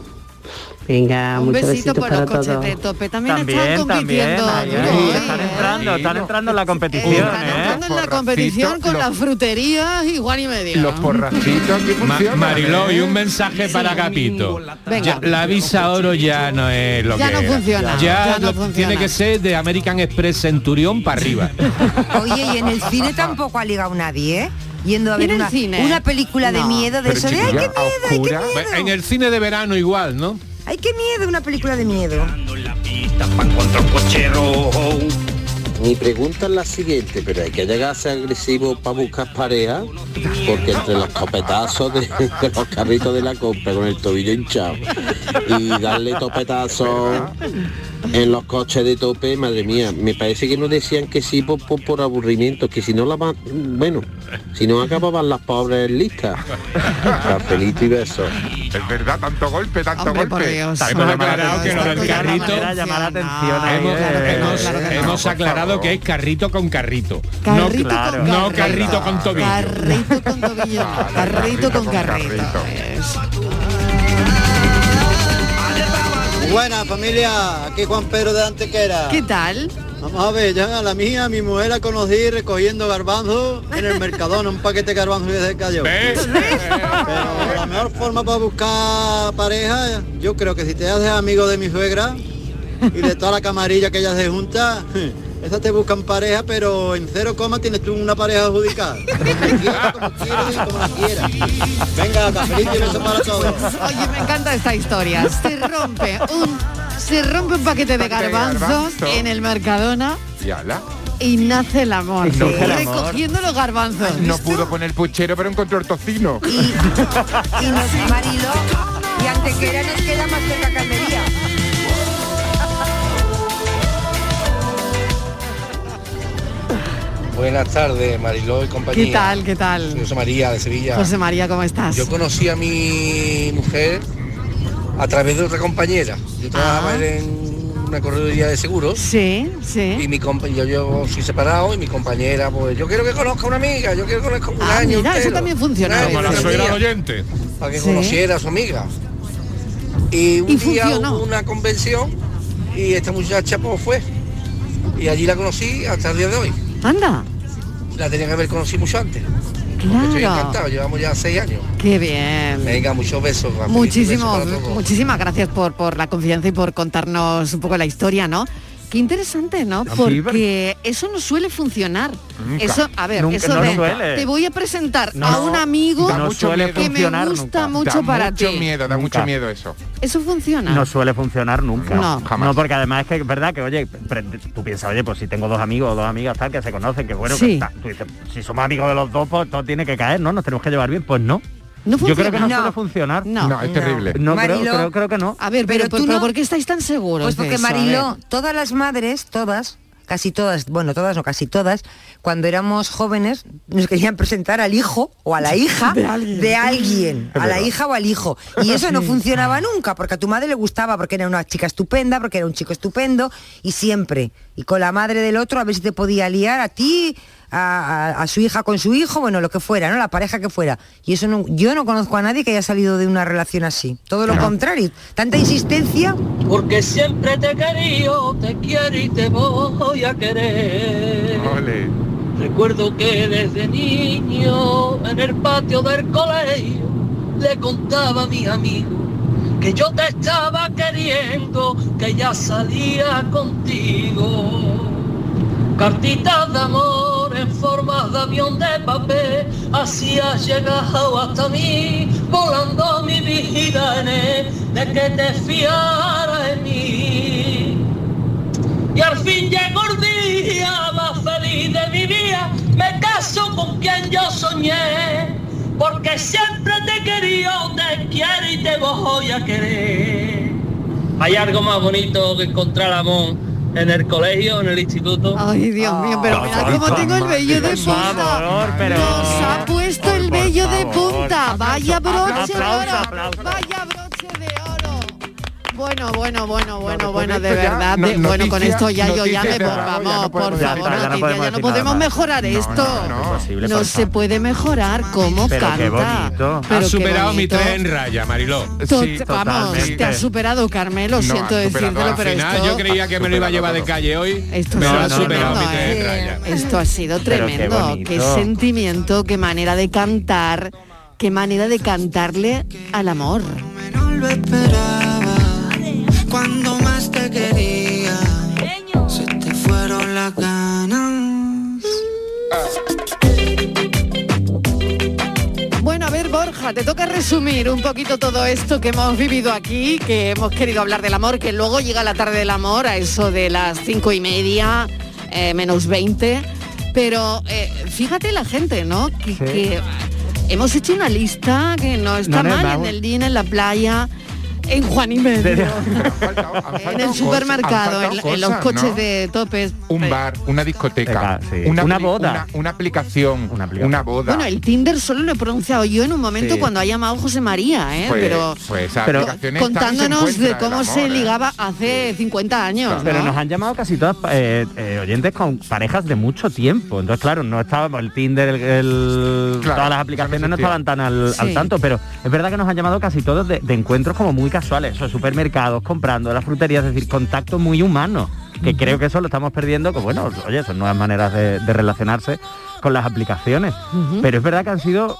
Speaker 34: Venga,
Speaker 10: Ah. Un
Speaker 34: muchos
Speaker 10: besito
Speaker 34: besitos
Speaker 10: por los
Speaker 34: para
Speaker 10: coches
Speaker 34: todos.
Speaker 10: de tope. También,
Speaker 11: También,
Speaker 10: están
Speaker 11: también.
Speaker 10: compitiendo.
Speaker 11: ahí, ahí, están entrando, están entrando en la competición. ¿eh?
Speaker 10: en la competición con las fruterías igual y medio.
Speaker 12: Los porracitos que funcionan.
Speaker 3: Mariló, y
Speaker 12: ¿Eh?
Speaker 3: un mensaje para Capito.
Speaker 10: Venga.
Speaker 3: Ya, la visa oro ya no es lo
Speaker 10: Ya
Speaker 3: que
Speaker 10: no
Speaker 3: era.
Speaker 10: funciona,
Speaker 3: Ya,
Speaker 10: ya no
Speaker 3: lo-
Speaker 10: funciona.
Speaker 3: tiene que ser de American Express Centurión para arriba.
Speaker 13: Oye, y en el cine tampoco ha ligado nadie, ¿eh? Yendo a
Speaker 10: ¿Y en
Speaker 13: ver
Speaker 10: el
Speaker 13: una,
Speaker 10: cine?
Speaker 13: una película de
Speaker 3: No.
Speaker 13: miedo, de
Speaker 3: Pero
Speaker 13: eso de
Speaker 3: chiquilla,
Speaker 13: ¡ay, qué miedo,
Speaker 3: a
Speaker 13: ay, qué
Speaker 3: oscura.
Speaker 13: miedo!
Speaker 3: En el cine de verano igual, ¿no?
Speaker 13: ¡Ay, qué miedo! Una película de miedo.
Speaker 20: Mi pregunta es la siguiente, pero hay que llegar a ser agresivo para buscar pareja, porque entre los copetazos de, [LAUGHS] de los carritos de la compra con el tobillo hinchado y darle topetazos en los coches de tope, madre mía, me parece que no decían que sí por, por- por aburrimiento, que si no la ma- bueno, si no acababan las pobres
Speaker 12: [LAUGHS]
Speaker 20: listas. Cafelito y besos.
Speaker 12: Es verdad, tanto golpe, tanto golpe.
Speaker 10: Ah,
Speaker 12: pues
Speaker 3: Hemos aclarado que lo del carrito. Hemos, hemos-
Speaker 10: eh,
Speaker 3: hemos aclarado que es carrito con carrito. no,
Speaker 10: Carrito con
Speaker 3: no
Speaker 10: carrito.
Speaker 3: carrito con tobillo.
Speaker 10: Carrito con tobillo. Carrito con carrito.
Speaker 5: Buena familia, aquí Juan Pedro de Antequera.
Speaker 10: ¿Qué tal?
Speaker 5: Vamos a ver, ya a la mía, mi mujer la conocí recogiendo garbanzo en el Mercadona, un paquete de garbanzo y se cayó. Pero la mejor forma para buscar pareja, yo creo que si te haces amigo de mi suegra y de toda la camarilla que ella se junta, [LAUGHS] esas te buscan pareja, pero en cero coma tienes tú una pareja adjudicada. Venga, cafelito y besos para todos.
Speaker 10: Oye, me encanta esta historia. Se rompe un se rompe un paquete de
Speaker 12: Paquete de
Speaker 10: garbanzos
Speaker 12: garbanzo.
Speaker 10: en el Mercadona
Speaker 12: Y ala.
Speaker 10: y nace el amor.
Speaker 12: Y nace el amor.
Speaker 10: Recogiendo los garbanzos.
Speaker 12: No pudo poner el puchero, pero encontró el tocino.
Speaker 13: Y nos mariló y Antequera nos queda más cerca que Almería.
Speaker 25: Buenas tardes, Mariló y compañía.
Speaker 10: ¿Qué tal? ¿Qué
Speaker 25: Soy
Speaker 10: tal?
Speaker 25: José María de Sevilla.
Speaker 10: José María, ¿cómo estás?
Speaker 25: Yo conocí a mi mujer a través de otra compañera. Yo trabajaba en una correduría de seguros.
Speaker 10: Ah. Sí, sí.
Speaker 25: Y mi compa- yo, yo soy separado y mi compañera, pues yo quiero que conozca una amiga, yo quiero que conozca un
Speaker 10: Ah,
Speaker 25: año.
Speaker 10: mira, eso
Speaker 25: entero.
Speaker 10: también funciona
Speaker 25: Un año,
Speaker 10: Como la
Speaker 25: una
Speaker 10: suegra
Speaker 25: amiga,
Speaker 10: al
Speaker 3: oyente.
Speaker 25: Para que
Speaker 10: Sí.
Speaker 25: conociera a su amiga. Y un
Speaker 10: Y
Speaker 25: día
Speaker 10: funcionó.
Speaker 25: hubo una convención y esta muchacha pues fue. Y allí la conocí hasta el día de hoy.
Speaker 10: Anda,
Speaker 25: La tenía que haber conocido mucho antes. Porque Estoy
Speaker 10: claro.
Speaker 25: encantado, llevamos ya seis años.
Speaker 10: Qué bien.
Speaker 25: Venga, muchos besos. Rafael,
Speaker 10: Muchísimo,
Speaker 25: besos para todos.
Speaker 10: muchísimas gracias por, por la confianza y por contarnos un poco la historia, ¿no? Qué interesante, ¿no?
Speaker 11: Sí,
Speaker 10: Porque eso no suele funcionar.
Speaker 11: Nunca.
Speaker 10: Eso, a ver,
Speaker 11: Nunca,
Speaker 10: eso
Speaker 11: no
Speaker 10: de
Speaker 11: suele.
Speaker 10: te voy a presentar
Speaker 11: No,
Speaker 10: a un amigo
Speaker 11: da mucho suele miedo.
Speaker 10: que me
Speaker 11: funcionar
Speaker 10: gusta
Speaker 11: nunca.
Speaker 10: mucho
Speaker 11: Da
Speaker 10: para
Speaker 11: mucho
Speaker 10: ti.
Speaker 12: miedo, da
Speaker 11: Nunca.
Speaker 12: mucho miedo eso.
Speaker 10: Eso funciona.
Speaker 11: No suele funcionar nunca.
Speaker 10: No. Jamás.
Speaker 11: No, porque además es que es verdad que, oye, pre- tú piensas, oye, pues si tengo dos amigos o dos amigas tal que se conocen, que bueno,
Speaker 10: Sí.
Speaker 11: que está- tú dices, si somos amigos de los dos, pues todo tiene que caer, ¿no? Nos tenemos que llevar bien, pues no.
Speaker 10: No
Speaker 11: Yo creo que no,
Speaker 10: funciona. No.
Speaker 11: suele funcionar.
Speaker 10: No. No, es terrible.
Speaker 11: No, creo,
Speaker 13: Marilo.
Speaker 11: creo, creo que no.
Speaker 10: A ver, pero,
Speaker 13: Pero
Speaker 10: pero,
Speaker 13: tú
Speaker 10: pero
Speaker 13: no-
Speaker 10: ¿por qué estáis tan seguros? de
Speaker 13: Pues porque
Speaker 10: eso? A
Speaker 13: Mariló,
Speaker 10: ver.
Speaker 13: todas las madres, todas, casi todas, bueno, todas no, casi todas, cuando éramos jóvenes nos querían presentar al hijo o
Speaker 10: [LAUGHS]
Speaker 13: a la hija
Speaker 26: De alguien.
Speaker 13: de alguien,
Speaker 26: Es
Speaker 13: a la
Speaker 26: verdad.
Speaker 13: hija o al hijo. Y eso no
Speaker 26: Sí.
Speaker 13: funcionaba nunca, porque a tu madre le gustaba, porque era una chica estupenda, porque era un chico estupendo, y siempre. Y con la madre del otro a ver si te podía liar a ti. A, a- a su hija con su hijo, bueno, lo que fuera, ¿no? La pareja que fuera. Y eso no, yo no conozco a nadie que haya salido de una relación así. Todo lo contrario. Tanta insistencia.
Speaker 28: Porque siempre te he querido, te quiero y te voy a querer. Recuerdo que desde niño en el patio del colegio le contaba a mi amigo que yo te estaba queriendo, que ya salía contigo. Cartitas de amor en forma de avión de papel, así has llegado hasta mí, volando mi vida en él, de que te fiara en mí. Y al fin llegó el día más feliz de mi vida, me caso con quien yo soñé, porque siempre te he querido, te quiero y te voy a querer. Hay algo más bonito que encontrar amor en el colegio, en el instituto.
Speaker 10: Ay, Dios mío, pero mira cómo tengo el vello de punta. Nos ha puesto el vello de punta. Vaya broche de oro. Vaya broche de oro. Bueno, bueno, bueno, bueno, bueno, de
Speaker 3: esto ya,
Speaker 10: verdad.
Speaker 3: no-
Speaker 10: de- bueno,
Speaker 3: noticia-
Speaker 10: con esto ya yo ya
Speaker 3: noticia
Speaker 10: me
Speaker 3: de
Speaker 10: por-
Speaker 3: Bravo, ya
Speaker 10: vamos,
Speaker 3: no
Speaker 10: por
Speaker 3: podemos
Speaker 10: favor,
Speaker 3: decir nada
Speaker 10: noticia,
Speaker 3: más.
Speaker 10: ya no
Speaker 3: No, no,
Speaker 10: podemos
Speaker 3: no,
Speaker 10: mejorar esto.
Speaker 3: no.
Speaker 10: No,
Speaker 3: Imposible, por
Speaker 10: se puede mejorar cómo
Speaker 3: Pero
Speaker 10: canta.
Speaker 3: qué bonito.
Speaker 10: Pero
Speaker 3: Has
Speaker 10: qué
Speaker 3: superado mi
Speaker 10: bonito.
Speaker 3: tren en raya, Mariló.
Speaker 10: Tot- vamos, te has superado, Carmelo,
Speaker 3: No,
Speaker 10: siento
Speaker 3: has superado.
Speaker 10: decírtelo,
Speaker 3: Al
Speaker 10: pero
Speaker 3: final
Speaker 10: esto,
Speaker 3: yo creía que me lo iba a llevar de calle hoy,
Speaker 10: Esto
Speaker 3: pero
Speaker 10: ha
Speaker 3: has
Speaker 10: sido
Speaker 3: superado mi
Speaker 10: tremendo,
Speaker 3: tren en
Speaker 10: ¿eh?
Speaker 3: raya.
Speaker 10: esto ha sido
Speaker 3: Pero qué
Speaker 10: tremendo.
Speaker 3: bonito.
Speaker 10: Qué, sentimiento, qué manera de cantar, qué manera de cantarle al amor.
Speaker 23: lo esperaba. Cuando más te quería, se te fueron las ganas.
Speaker 10: Bueno, a ver, Borja, te toca resumir un poquito todo esto que hemos vivido aquí, que hemos querido hablar del amor, que luego llega la tarde del amor, a eso de las cinco y media, eh, menos 20. Pero eh, fíjate la gente, ¿no? Que, que hemos hecho una lista que no está
Speaker 11: No, no,
Speaker 10: mal,
Speaker 11: vamos.
Speaker 10: en el día, en la playa, [LAUGHS] en Juan y
Speaker 11: [LAUGHS]
Speaker 10: Medio, en el supermercado, en, en los coches de topes.
Speaker 12: Un bar, una discoteca, una,
Speaker 11: Una
Speaker 12: apli-
Speaker 11: boda.
Speaker 12: una, una aplicación, una, boda.
Speaker 10: Bueno, el Tinder solo lo he pronunciado yo en un momento
Speaker 12: Sí.
Speaker 10: cuando ha llamado José María, ¿eh?
Speaker 12: Pues-
Speaker 10: pero
Speaker 12: pues esas
Speaker 10: pero
Speaker 12: aplicaciones están y se
Speaker 10: contándonos de
Speaker 12: encuentran
Speaker 10: cómo
Speaker 12: el
Speaker 10: se
Speaker 12: amor, ¿eh?
Speaker 10: ligaba hace 50 años. ¿no?
Speaker 11: Pero nos han llamado casi todas eh, eh, oyentes con parejas de mucho tiempo. Entonces, claro, no estábamos el Tinder, el, el-
Speaker 12: Claro,
Speaker 11: todas las
Speaker 12: eso no
Speaker 11: aplicaciones no
Speaker 12: existía.
Speaker 11: estaban tan al, al
Speaker 12: Sí.
Speaker 11: tanto, pero es verdad que nos han llamado casi todos de, de encuentros como muy casuales, o supermercados, comprando, las fruterías, es decir, contacto muy humano, que creo que eso lo estamos perdiendo, que bueno, oye, son nuevas maneras de, de relacionarse con las aplicaciones.
Speaker 22: Ujú.
Speaker 11: Pero es verdad que han sido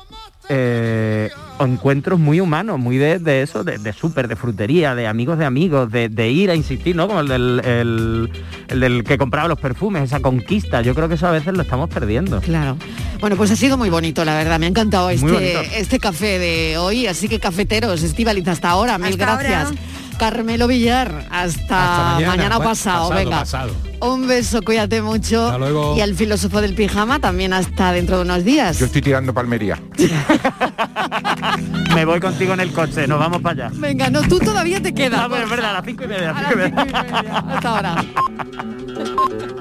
Speaker 11: eh, encuentros muy humanos, muy de, de eso, de, de súper, de frutería, de amigos de amigos, de, de ir a insistir, ¿no? Como el del, el- el del que compraba los perfumes, esa conquista. Yo creo que eso a veces lo estamos perdiendo.
Speaker 10: Claro. Bueno, pues ha sido muy bonito, la verdad. Me ha encantado
Speaker 11: bonito.
Speaker 10: este, este café de hoy. Así que cafeteros, Estivaliz, hasta ahora, mil gracias. Carmelo Villar, hasta, mañana,
Speaker 3: bueno,
Speaker 10: pasado, venga.
Speaker 3: pasado.
Speaker 10: Un beso, cuídate mucho.
Speaker 12: Hasta luego.
Speaker 10: Y al filósofo del pijama también hasta dentro de unos días.
Speaker 12: Yo estoy tirando palmería.
Speaker 11: [LAUGHS] Me voy contigo en el coche, nos vamos para allá.
Speaker 10: Venga, no, tú todavía te quedas.
Speaker 11: Ah, bueno, es verdad, a las cinco y media, a las cinco y media.
Speaker 10: Hasta ahora.